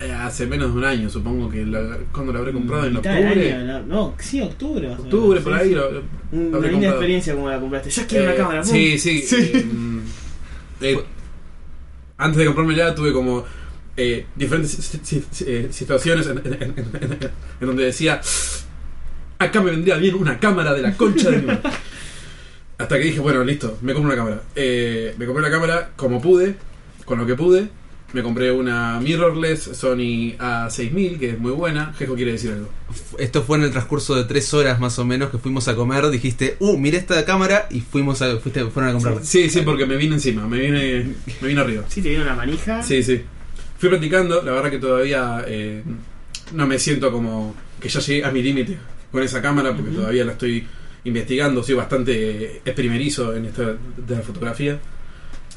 B: eh, hace menos de un año, supongo que lo- cuando lo habré comprado en
A: Mitad del año,
B: octubre.
A: no, no, sí, octubre. más o menos,
B: Octubre,
A: sí,
B: por ahí
A: sí.
B: lo, lo
A: Una
B: habré
A: linda
B: comprado.
A: experiencia como la compraste. Yo quiero
B: Eh,
A: una cámara. pum.
B: Sí, sí. eh, mm, eh, antes de comprarme ya tuve como eh, diferentes si- si- si- eh, situaciones en, en- en- en- en donde decía, acá me vendría bien una cámara de la concha de mi madre". Hasta que dije, bueno, listo, me compro una cámara. Eh, me compré la cámara como pude, con lo que pude. Me compré una mirrorless Sony A6000, que es muy buena. Jejo quiere decir algo.
E: Esto fue en el transcurso de tres horas más o menos que fuimos a comer. Dijiste, uh, miré esta cámara y fuimos a, fuiste, fueron a comprarla.
B: Sí, sí, porque me vine encima, me vine, me vine arriba.
A: Sí, te dieron una manija.
B: Sí, sí. Fui practicando, la verdad que todavía eh, no me siento como que ya llegué a mi límite con esa cámara porque
A: Ujú.
B: todavía la estoy investigando, soy bastante eh, experimentizo en esto de la fotografía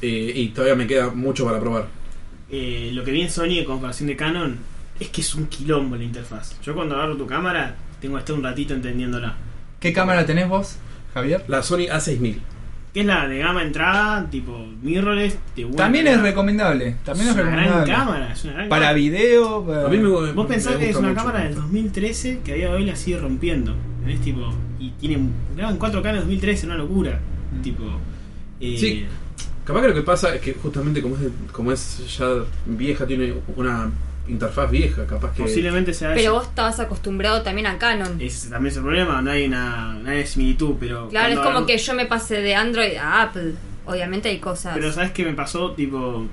B: eh, y todavía me queda mucho para probar.
A: Eh, lo que vi en Sony en comparación de Canon es que es un quilombo la interfaz. Yo cuando agarro tu cámara, tengo que estar un ratito entendiéndola.
D: ¿Qué cámara tenés vos, Javier?
B: La Sony A6000.
A: Que es la de gama entrada, tipo mirrorless, de buena
D: También es
A: calidad.
D: recomendable. También es,
A: es una gran
D: recomendable.
A: cámara, es una gran
D: Para
A: cámara.
D: video, para-
B: A mí me gu-
A: Vos
B: me
A: pensás que es
B: gusta
A: una
B: mucho.
A: cámara del 2013 que a día de hoy la sigue rompiendo. ¿entendés? Tipo, y tiene graban 4K en el 2013, una locura.
D: Mm.
A: Tipo, eh,
B: Sí. Capaz que lo que pasa es que justamente como es, como es ya vieja, tiene una interfaz vieja, capaz que...
A: posiblemente sea
C: Pero
A: eso.
C: vos estabas acostumbrado también a Canon.
A: Es, también es el problema, no hay una, no hay similitud, pero.
C: Claro, es
A: cuando
C: como
A: agarro-
C: que yo me pasé de Android a Apple. Obviamente hay cosas.
A: Pero sabes qué me pasó, tipo.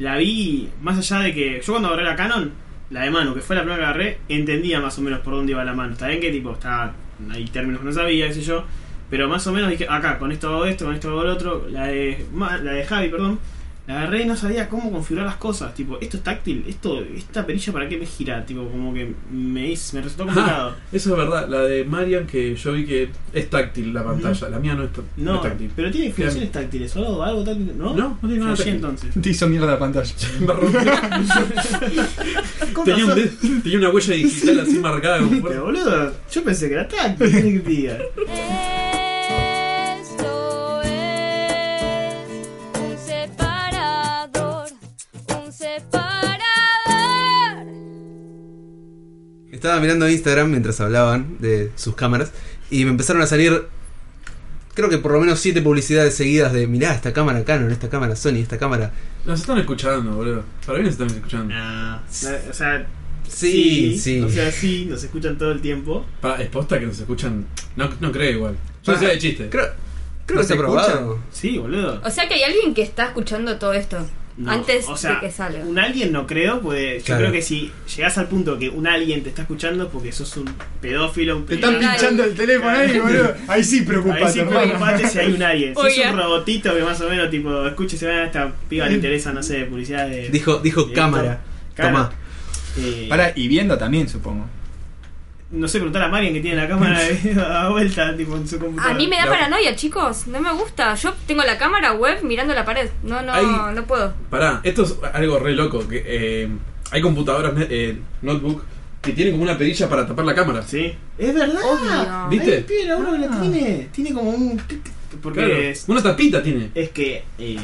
A: La vi, más allá de que. Yo cuando agarré la Canon, la de mano, que fue la primera que agarré, entendía más o menos por dónde iba la mano. Está bien que tipo, está. hay términos que no sabía, qué sé yo. Pero más o menos dije, acá, con esto hago esto, con esto hago lo otro, la de. ma- la de Javi, perdón. La agarré y no sabía cómo configurar las cosas. Tipo, esto es táctil, esto, esta perilla para qué me gira. Tipo, como que me, hizo- me resultó complicado.
B: Ah, eso es verdad, la de Marian que yo vi que es táctil la pantalla, la mía no es, t- no
A: No,
B: es táctil.
A: pero tiene
B: Queda-
A: funciones táctiles, o algo, algo táctil, ¿no?
B: No, no tiene nada
A: Flashé
B: táctil.
A: entonces.
D: Te hizo mierda la pantalla.
B: Me rompió.
A: Con
B: tenía, un
A: razón.
B: de- tenía una huella digital así marcada con fuerza.
A: Pero boludo, yo pensé que era tan ¿qué querés que te diga?
F: Esto es un separador, un separador.
E: Estaba mirando Instagram mientras hablaban de sus cámaras y me empezaron a salir, creo que por lo menos siete publicidades seguidas de, mirá, esta cámara Canon, esta cámara Sony, esta cámara...
B: Nos están escuchando, boludo. Para mí nos están escuchando.
A: Nah, o sea,
E: Sí, sí.
A: O sea, sí, nos escuchan todo el tiempo.
B: Pa, es posta que nos escuchan. No, no creo igual. Yo
E: Pa.
B: decía de chiste.
E: Creo,
D: ¿No
E: creo que
D: se
E: está probado.
A: Sí, boludo.
C: O sea que hay alguien que está escuchando todo esto
A: No,
C: antes
A: o sea,
C: de que salga.
A: Un alguien no creo, pues yo
E: Claro.
A: creo que si llegás al punto que un alguien te está escuchando es porque sos un pedófilo, un
D: Te están
A: pedófilo.
D: pinchando el teléfono ahí, boludo. Ahí sí
A: Ahí
D: preocupate,
A: sí
D: hermano.
A: preocupate si hay un alguien. Si es
C: Oiga.
A: un robotito que más o menos tipo, escuche, se a esta piba le interesa, no sé, publicidad de.
E: Dijo, dijo
A: de-
E: cámara.
A: Claro.
E: Tomá.
A: Eh,
D: Pará, y viendo también, supongo.
A: No sé, preguntar a Marian que tiene la cámara de video a vuelta, tipo, en su computadora.
C: A mí me da
B: La-
C: paranoia, chicos. No me gusta. Yo tengo la cámara web mirando la pared. No, no,
B: Hay-
C: no puedo.
B: Pará, esto es algo re loco. Que, eh, hay computadoras, ne- eh, notebook, que tienen como una perilla para tapar la cámara.
A: Sí. Es verdad.
C: Obvio.
B: ¿Viste?
A: Hay un pibe de laburo que la
D: Ah.
A: tiene. Tiene como un. tic, Porque
B: Claro,
A: es,
B: Una tapita tiene.
A: es que. eh,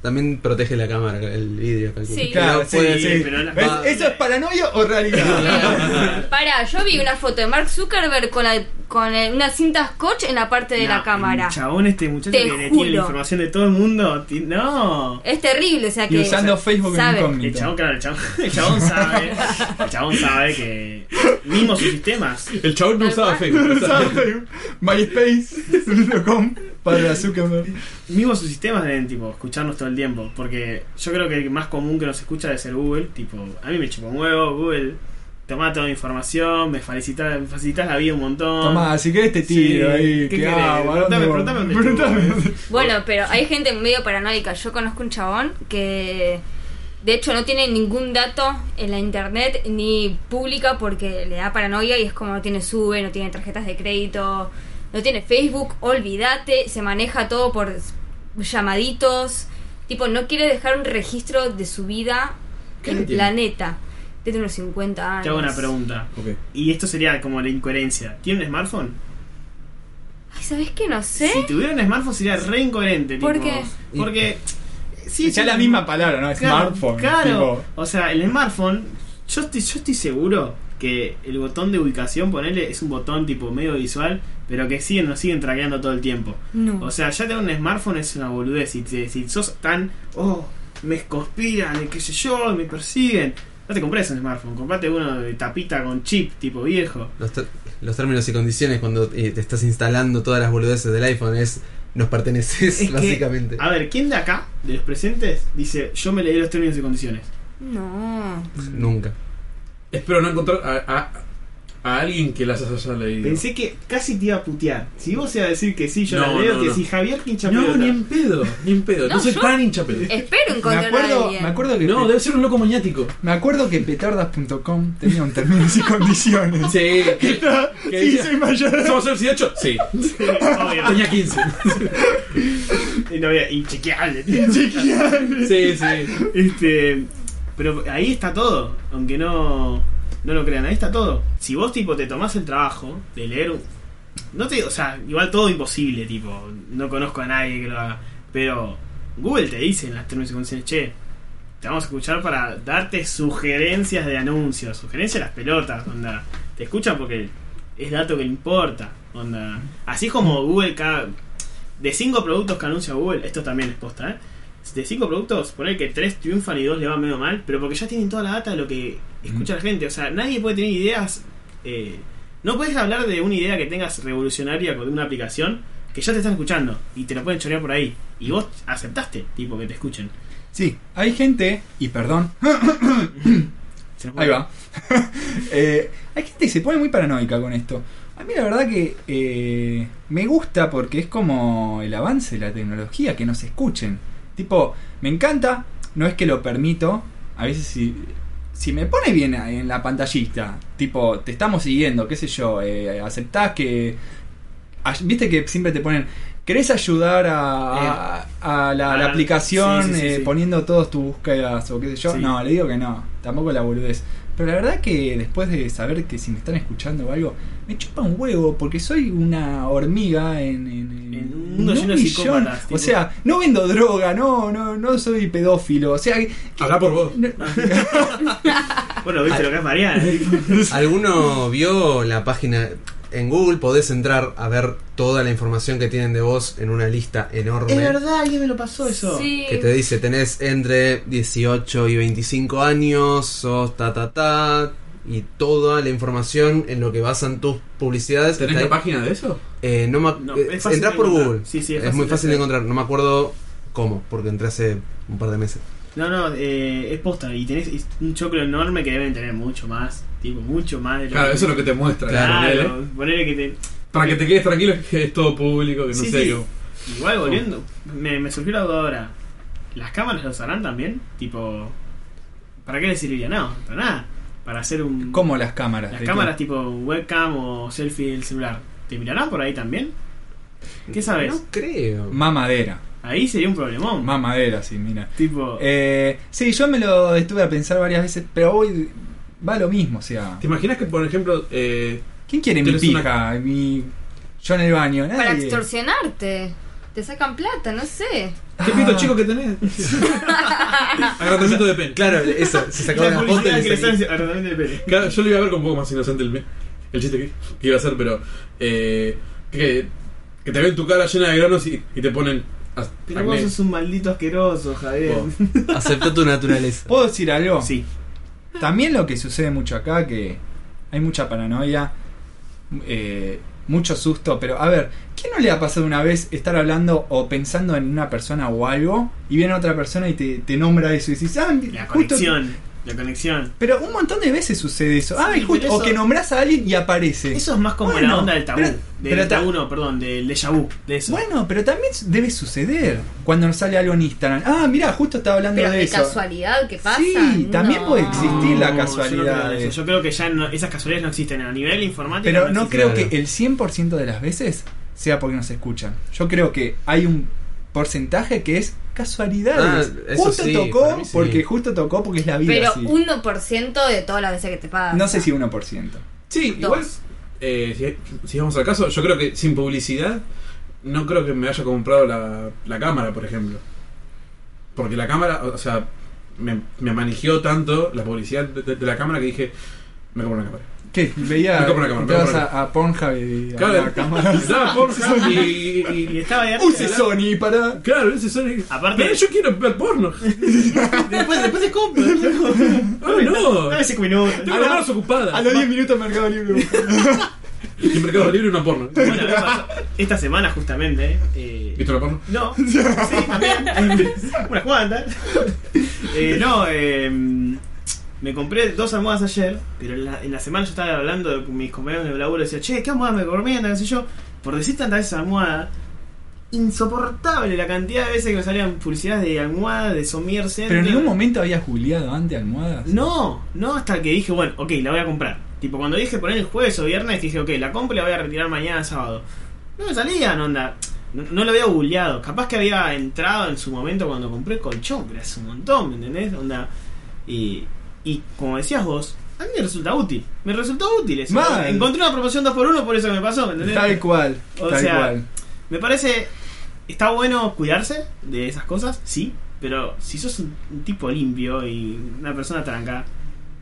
E: También protege la cámara, el vidrio. calculo.
C: Sí.
D: Claro,
E: No
D: sí,
E: puede-
D: sí.
A: pero la-
D: ¿Ves? ¿Eso es paranoia o realidad?
E: pues.
C: Pará, yo vi una foto de Mark Zuckerberg con, la- con el- una cinta scotch en la parte de
A: no,
C: la cámara.
A: El chabón, este muchacho
C: Te
A: que le tiene la
C: juro.
A: información de todo el mundo. ti- No.
C: Es terrible, o sea que.
D: Y usando Facebook
C: sabe.
D: en
A: El chabón,
D: incógnito.
A: claro, el chabón, el chabón sabe. El chabón sabe que. Mismo sus sistemas.
B: El chabón no
C: Tal
B: usaba
C: cual.
B: Facebook. usaba-
D: MySpace.com para Zuckerberg.
A: Mismo sus sistemas deben, tipo, escucharnos todo el tiempo. Porque yo creo que el más común que nos escucha debe ser Google. Tipo, a mí me chupa un huevo, Google. Tomá toda mi información, me facilitas, me facilitas la vida un montón.
D: Tomá, si querés te tiro
A: Ah. Sí.
D: ahí.
A: ¿Qué
D: ¿Qué
A: querés?
D: hago? ¿A dónde voy?
A: Preguntame, preguntame dónde
D: Preguntame.
C: Bueno, pero hay gente medio paranoica. Yo conozco un chabón que de hecho no tiene ningún dato en la internet ni pública porque le da paranoia y es como no tiene sube, no tiene tarjetas de crédito, no tiene Facebook, olvídate, se maneja todo por llamaditos, tipo no quiere dejar un registro de su vida
B: ¿Qué
C: en
B: edad
C: el
B: tiene?
C: planeta. Tiene unos 50 años.
A: Te hago una pregunta.
B: Ok.
A: Y esto sería como la incoherencia. ¿Tiene un smartphone?
C: Ay, ¿sabes qué? No sé.
A: Si tuviera un smartphone sería re incoherente.
C: ¿Por
A: tipo,
C: qué?
A: Porque sí,
D: ya
A: sí.
D: la misma palabra, ¿no?
A: Claro,
D: Smartphone.
A: Claro.
D: tipo.
A: O sea, el smartphone, yo estoy, yo estoy seguro que el botón de ubicación, ponerle, es un botón tipo medio visual, pero que siguen, nos siguen traqueando todo el tiempo.
C: No.
A: O sea, ya tener un smartphone es una boludez. Si, te- si sos tan, oh, me conspiran, y qué sé yo, me persiguen. No te compres un smartphone, comprate uno de tapita con chip, tipo viejo.
E: Los, ter- los términos y condiciones cuando eh, te estás instalando todas las boludeces del iPhone es nos perteneces,
A: Es que- Ah.
E: básicamente.
A: A ver, ¿quién de acá, de los presentes, dice, yo me leí los términos y condiciones?
C: No.
E: Nunca.
B: Espero no encontrar a, a, a alguien que las haya leído.
A: Pensé que casi te iba a putear. Si vos ibas a decir que sí, yo
B: No,
A: la leo,
B: no,
A: que
B: no.
A: si Javier Quincha
B: no, ni en pedo, ni en pedo. No, Eh,
C: No,
B: soy
C: yo-
B: tan hincha pedo.
C: Espero
D: Me
C: encontrar a
D: acuerdo,
C: alguien.
D: me acuerdo que
B: No, debe ser un loco maniático.
D: me acuerdo que petardas.com tenía un términos y condiciones.
B: Sí. ¿Qué, qué decía?
D: mayor.
B: ¿Somos el 18? Sí. Tenía 15.
A: Y no había- inchequeable, tío. Inchequeable.
B: Sí, sí.
A: Este, pero ahí está todo, aunque no, no lo crean, ahí está todo. Si vos tipo te tomás el trabajo de leer un- no te, o sea, igual todo imposible, tipo, no conozco a nadie que lo haga, pero Google te dice en las términos y condiciones, che, te vamos a escuchar para darte sugerencias de anuncios, sugerencias de las pelotas, onda, te escucha porque es dato que le importa, onda. Así como Google cada de cinco productos que anuncia Google, esto también es posta, ¿eh? de cinco productos, poner que tres triunfan y dos le van medio mal, pero porque ya tienen toda la data de lo que escucha la gente. O sea, nadie puede tener ideas. eh, no puedes hablar de una idea que tengas revolucionaria con una aplicación que ya te están escuchando y te la pueden chorear por ahí. Y vos aceptaste, tipo, que te escuchen.
D: Sí, hay gente, y perdón,
A: Se nos fue.
D: Ahí va. Eh, hay gente que se pone muy paranoica con esto. A mí la verdad que eh, me gusta porque es como el avance de la tecnología, que nos escuchen. Tipo, me encanta, no es que lo permito. A veces si, si me pone bien ahí en la pantallista, tipo, te estamos siguiendo, qué sé yo, eh, aceptás que... ay- Viste que siempre te ponen, ¿querés ayudar a, a- a la, la
A: Ah,
D: aplicación
A: sí, sí, sí,
D: eh,
A: sí.
D: poniendo todas tus búsquedas o qué sé yo?
A: Sí.
D: No, le digo que no, tampoco la boludez. Pero la verdad que después de saber que si me están escuchando o algo, me chupa un huevo porque soy una hormiga en, en,
A: En un mundo lleno de psicópatas,
D: O
A: tipo.
D: sea, no vendo droga, no, no, no soy pedófilo. O sea, que-
B: Habla por vos.
D: no-
A: Ah. Bueno, viste lo que es Mariana. tipo.
E: ¿Alguno vio la página? En Google podés entrar a ver toda la información que tienen de vos en una lista enorme.
A: es verdad, alguien me lo pasó eso.
C: Sí.
E: Que te dice, tenés entre 18 y 25 años, sos ta ta ta, y toda la información en lo que basan tus publicidades.
B: ¿Tenés
E: está
B: la
E: ahí.
B: página de eso?
E: Eh, no me ac-
A: No,
E: eh,
A: es fácil
E: entrás
A: de
E: por
A: encontrar.
E: Google.
A: Sí, sí, es
E: es,
A: fácil
E: muy
A: de
E: fácil de
A: hacer.
E: encontrar. No me acuerdo cómo, porque entré hace un par de meses.
A: No, no, eh, es posta. Y tenés es un choclo enorme que deben tener mucho más. Tipo, mucho más de lo
B: Claro, eso es lo que te muestra.
A: Claro,
B: ponele.
A: ponele que te.
B: Para que te quedes tranquilo que es todo público, que no
A: Sí,
B: sé
A: sí.
B: yo.
A: Igual volviendo,
D: Uh.
A: me, me surgió la duda ahora. ¿Las cámaras lo usarán también? Tipo, ¿para qué les serviría? No, para nada. Para hacer un...
D: como las cámaras.
A: Las
D: de
A: cámaras tipo webcam o selfie del celular. ¿Te mirarán por ahí también? ¿Qué sabes?
E: No creo.
D: que- Mamadera,
A: Ahí sería un problemón.
D: mamadera, sí, mira.
A: tipo,
D: Eh, sí, yo me lo estuve a pensar varias veces, pero hoy va lo mismo, o sea.
B: ¿Te imaginas que, por ejemplo, eh,
D: ¿Quién quiere mi
B: Tenés una-
D: pija? Mi... Yo en el baño, nadie.
C: Para extorsionarte. Te sacan plata, no sé.
B: qué pito chico que tenés? Agrandamiento de pene.
E: Claro, eso, se sacaba
A: la
E: la foto y
A: publicidad que
E: le
A: le
E: salía.
A: sale a través del pene.
B: Claro, yo lo iba a ver con un poco más inocente el, el chiste que, que iba a hacer, pero eh, que, que te ven tu cara llena de granos y, y te ponen. as-
A: Pero
B: acné.
A: vos sos un maldito asqueroso, Javier.
B: Vos.
E: Aceptó tu naturaleza.
D: ¿Puedo decir algo?
A: Sí.
D: También lo que sucede mucho acá, que hay mucha paranoia, eh, mucho susto, pero a ver, ¿quién no le ha pasado una vez estar hablando o pensando en una persona o algo y viene otra persona y te, te nombra eso y dices, ah,
A: La
D: justo-
A: conexión. La conexión.
D: Pero un montón de veces sucede eso.
A: Sí,
D: Ay, justo,
A: pero
D: o
A: eso-
D: que nombras a alguien y aparece.
A: Eso es más como
D: Bueno,
A: la onda del tabú.
D: pero-
A: del
D: pero ta-
A: tabú, no, perdón, del déjà vu. De eso.
D: Bueno, pero también debe suceder cuando nos sale algo en Instagram. Ah, mira, justo estaba hablando
C: Pero
D: de
C: de
D: eso.
C: casualidad, ¿qué pasa?
D: Sí, también
C: No.
D: puede existir la
A: Ah, No, yo no
D: casualidad
A: creo en
D: de-
A: eso. Yo creo que ya no- esas casualidades no existen a nivel informático.
D: Pero no
A: existen.
D: creo
E: Claro.
D: que el 100% de las veces sea porque nos escuchan. Yo creo que hay un porcentaje que es casualidades.
E: Ah, eso
D: justo
E: sí, para
D: tocó
E: mí sí.
D: porque justo tocó porque es la vida
C: Pero
D: así.
C: 1% de todas las veces que te pagan.
D: No sé si 1%.
B: Sí,
C: Dos.
B: igual. eh, si, si vamos al caso, yo creo que sin publicidad, no creo que me haya comprado la, la cámara, por ejemplo. Porque la cámara, o sea, me, me manigió tanto la publicidad de, de- de la cámara que dije, me compro una cámara.
D: ¿Qué? Veía.
B: Me compro una cámara, me
D: Entrabas
B: compro
D: a, a Pornhub y.
B: Claro,
D: había cámaras.
B: estaba Pornhub y, y-
A: Y
B: y-
A: estaba ahí arriba.
D: Use Sony para.
B: Claro, ese Sony.
A: Aparte-
B: Pero yo quiero ver porno.
A: Después, después se compra. después se compra.
B: Ay, no.
A: Dame cinco minutos.
B: Tengo las manos ocupadas.
D: A los 10 minutos Mercado Libre.
B: Y en Mercado Libre una porno.
A: Bueno, a mí me pasó esta semana justamente. eh,
B: ¿Viste una porno?
A: No, sí, también. Unas cuantas. Eh, no, eh, me compré dos almohadas ayer, pero en la, en la semana yo estaba hablando de- con mis compañeros de laburo y decía, che, ¿qué almohada me recomiendan? ¿Qué sé yo? Por decir tantas veces almohada, insoportable la cantidad de veces que me salían publicidades de almohada, de somier Center.
D: Pero en ningún momento habías googleado antes almohadas.
A: No, no, hasta que dije, bueno, ok, la voy a comprar. Tipo, cuando dije poner el jueves o viernes, dije, ok, la compro y la voy a retirar mañana sábado. No me salían, onda. No, no lo había googleado. Capaz que había entrado en su momento cuando compré el colchón, pero hace un montón, ¿me entendés? Onda. Y, y como decías vos, a mí me resulta útil. Me resultó útil eso.
D: Mal.
A: Encontré una promoción 2x1, por eso me pasó, ¿me entendés?
D: Tal cual.
A: O
D: tal
A: sea,
D: cual.
A: Me parece. Está bueno cuidarse de esas cosas, sí. Pero si sos un, un tipo limpio y una persona tranca,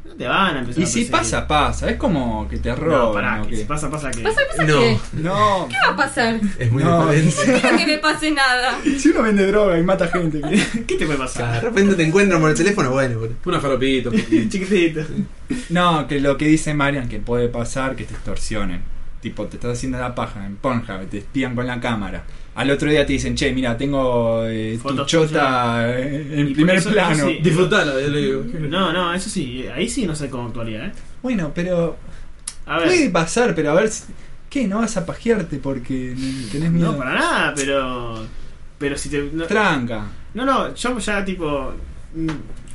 A: no te van a empezar
D: Y
A: a
D: si
A: perseguir.
D: pasa, pasa. Es como que te roban.
A: No, pará,
D: ¿o
A: que
D: qué?
A: si pasa, pasa que.
C: ¿Pasa, pasa
E: No,
C: qué?
D: No.
C: ¿Qué va a pasar?
E: es muy
D: No.
E: diferente.
C: Quiero que me pase nada.
D: Si uno vende droga y mata gente.
A: ¿Qué te puede
E: O sea, de
A: pasar?
E: repente te encuentran por el teléfono, bueno, pero-
B: Una faropita.
A: Chiquitito.
D: No, que lo que dice Marian, que puede pasar que te extorsionen. Tipo, te estás haciendo la paja en Pornhub, te espían con la cámara. Al otro día te dicen, che, mira, tengo eh, tu
A: Fotos
D: chota eh, en
A: Y
D: primer
A: por eso-
D: plano.
A: eso sí.
B: Disfrutala, yo le digo.
A: No, no, eso sí, ahí sí no sé cómo actualidad, ¿eh?
D: Bueno, pero
A: A
D: puede
A: ver.
D: pasar, pero a ver, si- ¿qué? ¿No vas a pajearte porque tenés miedo?
A: No, para nada, pero. Pero si te. No,
D: Tranca.
A: no, no, yo ya, tipo. mm,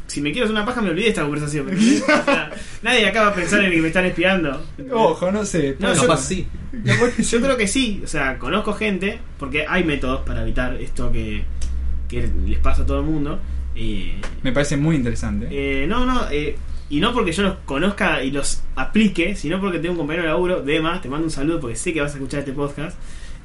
A: Si me quiero hacer una paja, me olvidé de esta conversación. ¿me entendés? O sea, nadie acaba de pensar en que me están espiando.
D: Ojo, no sé.
A: No,
D: puede-
A: yo-
E: capaz sí.
D: capaz que
A: Yo
D: sí.
A: creo que sí, o sea, conozco gente, porque hay métodos para evitar esto que, que les pasa a todo el mundo. Eh,
D: Me parece muy interesante.
A: eh, no, no, eh, y no porque yo los conozca y los aplique, sino porque tengo un compañero de laburo, Dema, te mando un saludo porque sé que vas a escuchar este podcast,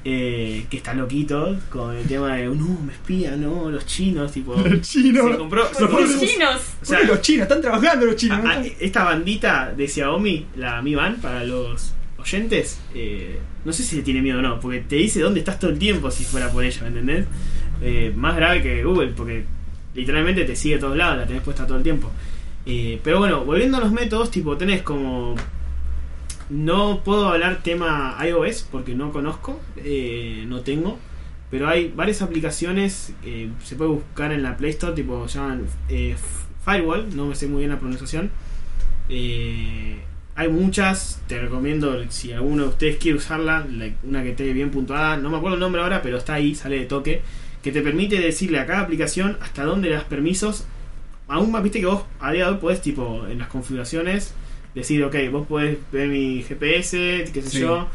A: eh, que está loquito con el tema de, no, me espían, no, los chinos, tipo... Se
D: chinos.
A: compró... se compró-
C: Los chinos.
A: o
D: Pobre
A: sea,
D: los chinos, están trabajando los chinos.
A: a-
D: ¿no?
A: a- Ah, esta bandita de Xiaomi, la Mi Band, para los oyentes, eh, no sé si le tiene miedo o no, porque te dice dónde estás todo el tiempo si fuera por ella, ¿me entendés? Eh, más grave que Google, porque literalmente te sigue a todos lados, la tenés puesta todo el tiempo. Eh, pero bueno, volviendo a los métodos, tipo, tenés como... No puedo hablar tema iOS porque no conozco, eh, no tengo, pero hay varias aplicaciones eh, se puede buscar en la Play Store tipo llaman eh, F- Firewall no me sé muy bien la pronunciación Eh, hay muchas te recomiendo si alguno de ustedes quiere usarla la- una que esté bien puntuada no me acuerdo el nombre ahora pero está ahí sale de toque que te permite decirle a cada aplicación hasta dónde le das permisos aún más viste que vos a día de hoy podés tipo en las configuraciones decir ok vos podés ver mi GPS qué sé
D: Sí.
A: yo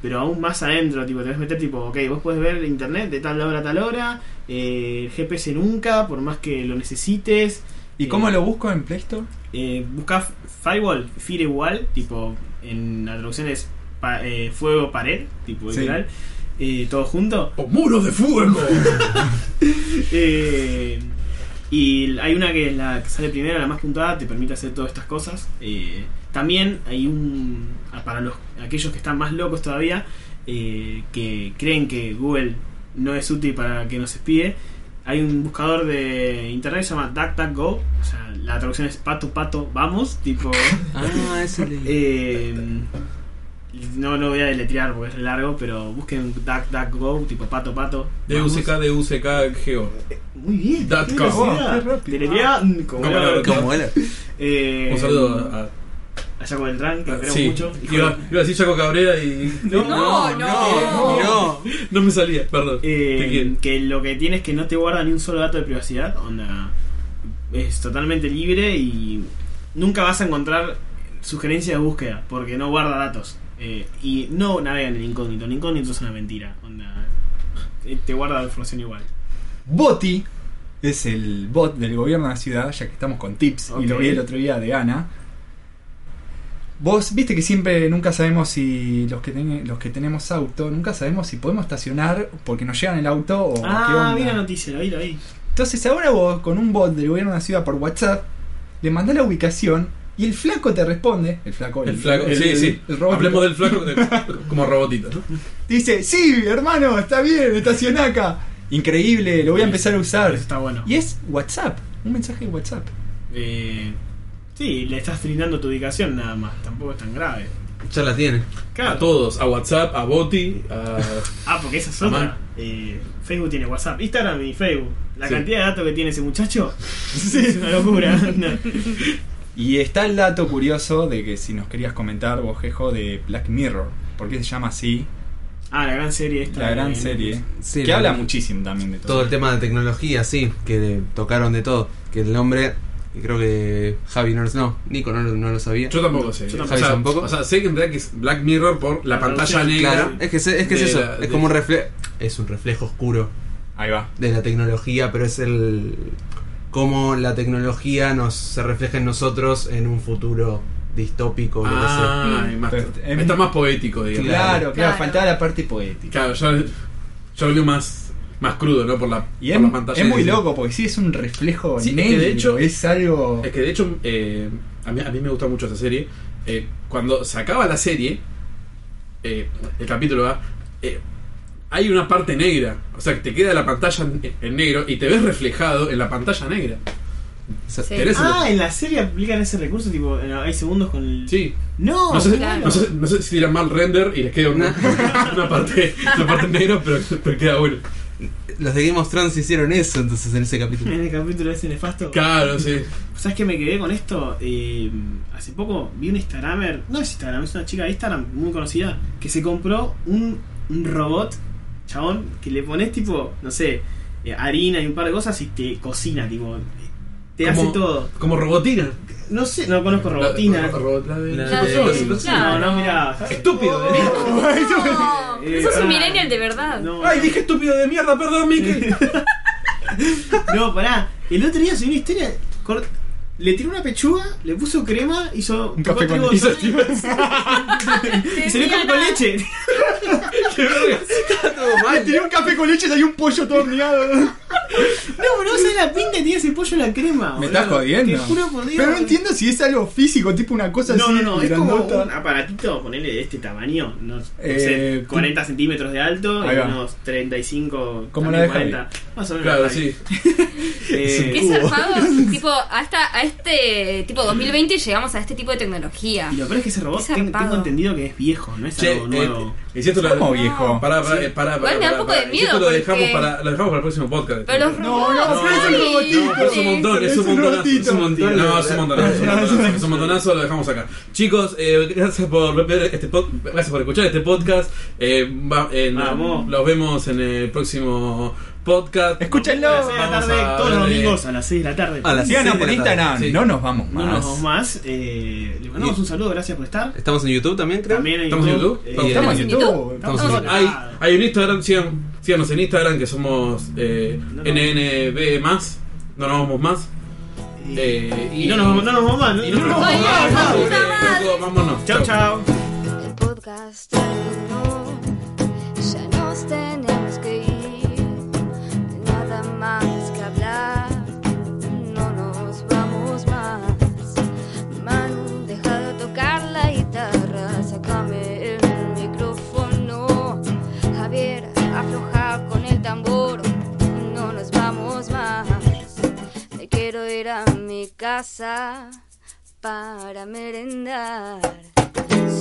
A: pero aún más adentro, tipo, te vas a meter tipo, ok, vos puedes ver internet de tal hora a tal hora, eh, el GPS nunca, por más que lo necesites,
D: ¿Y cómo lo busco en Play Store?
A: eh, busca firewall, firewall, tipo, en la traducción es pa- eh, fuego pared, tipo,
D: Sí.
A: literal, eh, todo junto.
B: ¡Oh, muros de fuego!
A: Eh, y hay una que es la que sale primero, la más puntuada, te permite hacer todas estas cosas. Eh, también hay un. ah, Para los, aquellos que están más locos todavía, eh, que creen que Google no es útil para que nos espíe, hay un buscador de internet que se llama DuckDuckGo. O sea, la traducción es pato, pato, vamos. Tipo.
E: Ah, ese le...
A: Eh, no lo voy a deletrear porque es largo, pero busquen DuckDuckGo, tipo pato, pato. vamos.
B: DUCK, DUCK, GO.
A: Muy bien.
B: Dot
A: qué
B: com.
A: velocidad.
D: Oh, qué rápido.
A: Deletrea, mm, como
B: Como
A: era.
B: la-
E: Como era.
A: Eh,
B: Un saludo a.
A: a Jaco Beltrán, que
B: a-
A: esperamos
B: sí,
A: mucho. Hijo
B: iba,
A: de-
B: iba a decir Chaco Cabrera y.
A: No,
C: No, no.
E: No, no.
B: No me salía, perdón.
A: Eh,
B: Te quiero.
A: que lo que tiene es que no te guarda ni un solo dato de privacidad, onda. Es totalmente libre y nunca vas a encontrar sugerencias de búsqueda, porque no guarda datos. Eh, y no navegan en incógnito, en incógnito es una mentira, onda. Eh, Te guarda la información igual.
D: Boti es el bot del gobierno de la ciudad, ya que estamos con tips y lo
A: Ok.
D: vi el otro día de Ana. Vos viste que siempre nunca sabemos si los que, ten- los que tenemos auto, nunca sabemos si podemos estacionar porque nos llegan el auto o Oh, qué
A: Ah,
D: onda.
A: mira la noticia, lo vi, lo vi.
D: Entonces ahora vos con un bot del gobierno de una ciudad por WhatsApp le mandás la ubicación y el flaco te responde. El flaco,
B: El flaco, sí,
D: el-
B: sí.
D: el robot
B: Hablemos del flaco de- como robotito, ¿no?
D: dice, sí, hermano, está bien, estaciona acá. Increíble, lo voy a empezar a usar.
A: Eso está bueno.
D: Y es WhatsApp, un mensaje de WhatsApp.
A: Eh, sí, le estás brindando tu ubicación nada más. Tampoco es tan grave.
E: Ya la tiene.
A: Claro.
B: A todos, a WhatsApp, a Boti, a...
A: Ah, porque esa es
B: A
A: otra.
B: mano.
A: Eh, Facebook tiene WhatsApp, Instagram y Facebook. La
B: Sí.
A: cantidad de datos que tiene ese muchacho es una locura. No.
D: Y está el dato curioso de que si nos querías comentar, bojejo, de Black Mirror. ¿Por qué se llama así?
A: Ah, la gran serie esta.
D: La gran
A: de-
D: serie.
E: Sí,
D: que
E: la-
D: habla muchísimo también de todo.
E: Todo el tema de tecnología, sí, que tocaron de todo. Que el nombre, que creo que Javi no lo no, Nico no, lo- no lo sabía.
B: Yo tampoco sé.
A: Yo
E: tampoco.
B: O sea,
E: Javi tampoco.
B: O sea, sé que en realidad que es Black Mirror por la
A: La
B: pantalla
A: producción,
B: negra.
E: Claro, es que, se- es, que es
B: de
E: eso,
B: la-
E: es
B: de-
E: como un reflejo, es un reflejo oscuro
D: Ahí va.
E: de la tecnología, pero es el cómo la tecnología nos se refleja en nosotros en un futuro distópico, lo que sea.
B: Ah,
C: Mm.
B: y más,
D: Pero, eh,
B: está más poético, digamos.
D: Claro, claro,
C: Claro.
D: faltaba la parte poética.
B: Claro, yo, yo lo veo más, más crudo, ¿no? Por la,
D: Y
B: por
D: es,
B: la pantalla
D: es muy
B: negra.
D: loco, porque sí es un reflejo
B: Sí, es que de
D: negro,
B: hecho-
D: es algo...
B: Es que de hecho, eh, a, mí, a mí me gusta mucho esa serie. Eh, cuando se acaba la serie, eh, el capítulo va, eh, hay una parte negra. O sea, que te queda la pantalla en, en negro y te ves reflejado en la pantalla negra.
E: Esa-
C: Sí.
B: ¿Tenés el-
A: Ah, en la serie aplican ese recurso, tipo, en- hay segundos con el.
B: Sí.
A: No,
B: No sé,
C: claro.
B: no sé- no sé si tiran mal render y les queda una, una parte, una parte en negro, pero, pero queda bueno.
E: Los de Game of Thrones hicieron eso entonces en ese capítulo.
A: en el capítulo ese nefasto.
B: Claro, sí.
A: ¿Sabes qué me quedé con esto? Eh, hace poco vi un Instagramer, no es Instagram, es una chica de Instagram muy conocida, que se compró un, un robot, chabón, que le pones tipo, no sé, eh, harina y un par de cosas y te cocina, tipo, te
B: Como-
A: hace todo.
B: Como robotina.
A: No sé, no conozco robotina.
B: La- ro- ro- la de-
E: La
B: la de-
E: de-
B: los- los-
A: No, no, mira.
B: Estúpido de mierda.
C: No,
A: Eh,
C: sos
A: pará.
C: un millennial de verdad.
A: No,
B: Ay, dije estúpido de mierda, perdón, Miki.
A: no, pará. El otro día subí una historia. cor- Le tiró una pechuga, le puso crema, hizo
D: Un café
A: tocó
D: con-
A: trigo
B: Hizo
A: dulce y se le café con leche.
E: Todo mal.
D: un café con leche y hay un pollo todo horneado.
A: No, boludo, ¿sabes la pinta que tiene ese pollo en la crema?
D: Me
A: boludo?
D: estás jodiendo.
A: Te juro por Dios.
D: Pero no entiendo si es algo físico, tipo una cosa
A: No,
D: así.
A: no, no, es como
D: grandota.
A: un aparatito, ponele de este tamaño, no, no
D: Eh,
A: sé, 40 centímetros de alto
D: Ahí
A: y
D: va.
A: unos 35,
D: Como
A: también
D: la de
A: 40, más o menos.
B: Claro,
A: ahí.
B: sí.
A: Eh,
C: Qué zarpado, tipo, hasta a este tipo 2020 llegamos a este tipo de tecnología.
A: y lo peor es que ese robot
C: Qué
A: ten- tengo
C: zarpado.
A: entendido que es viejo, no es
B: Che,
A: algo
B: eh,
A: nuevo.
B: y si esto lo,
D: ¿Cómo viejo?
B: Pará, pará, eh, pará,
C: Igual
B: pará,
C: me da
B: pará,
C: un poco de
B: pará. Y si esto
C: miedo,
B: lo dejamos,
C: porque-
B: para, lo dejamos para el próximo podcast.
C: Pero los
D: No,
C: robots.
D: no,
B: pero es el
C: ay,
D: robotito.
B: No, pero es un montón, es un montonazo. Es un montón, no, es un montonazo, es un montonazo, es un montonazo, lo dejamos acá. Chicos, eh, gracias por ver este pod- gracias por escuchar este podcast. Eh, va- eh, no,
A: Vamos.
B: los vemos en el próximo podcast.
D: Escúchenlo.
A: A las 6 de la
B: Vamos
A: tarde,
B: a
A: todos los
B: ver, eh,
A: domingos a las 6 de la tarde.
E: a las
A: Sí,
D: Síganos
E: Sí,
D: por
E: sí,
D: Instagram,
B: sí.
D: no nos vamos
A: No
D: más.
A: nos vamos más. Eh, le mandamos un saludo, gracias por estar.
E: Estamos en YouTube también, creo.
A: También en
B: ¿Estamos en YouTube?
A: eh,
D: Estamos en
C: en
D: YouTube.
A: estamos
E: Estamos
A: en-
B: Hay, hay un Instagram, sigan- síganos en Instagram que somos eh,
A: No, no.
B: NNB más, no nos vamos más. Eh,
A: Y no nos, no nos vamos más.
B: Y no nos
A: no-
B: vamos
C: Oye,
B: más.
C: la puta
B: Eh,
C: madre.
B: loco, Vámonos.
A: Chao, chao.
F: El podcast terminó, ya nos tenemos que ir. Nada más que hablar, no nos vamos más. Manu, deja de tocar la guitarra, sácame el micrófono. Javier, afloja con el tambor, no nos vamos más. Me quiero ir a mi casa para merendar.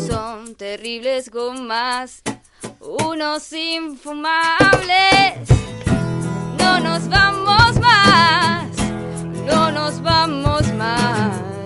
F: Son terribles gomas, unos infumables. No nos vamos más, no nos vamos más.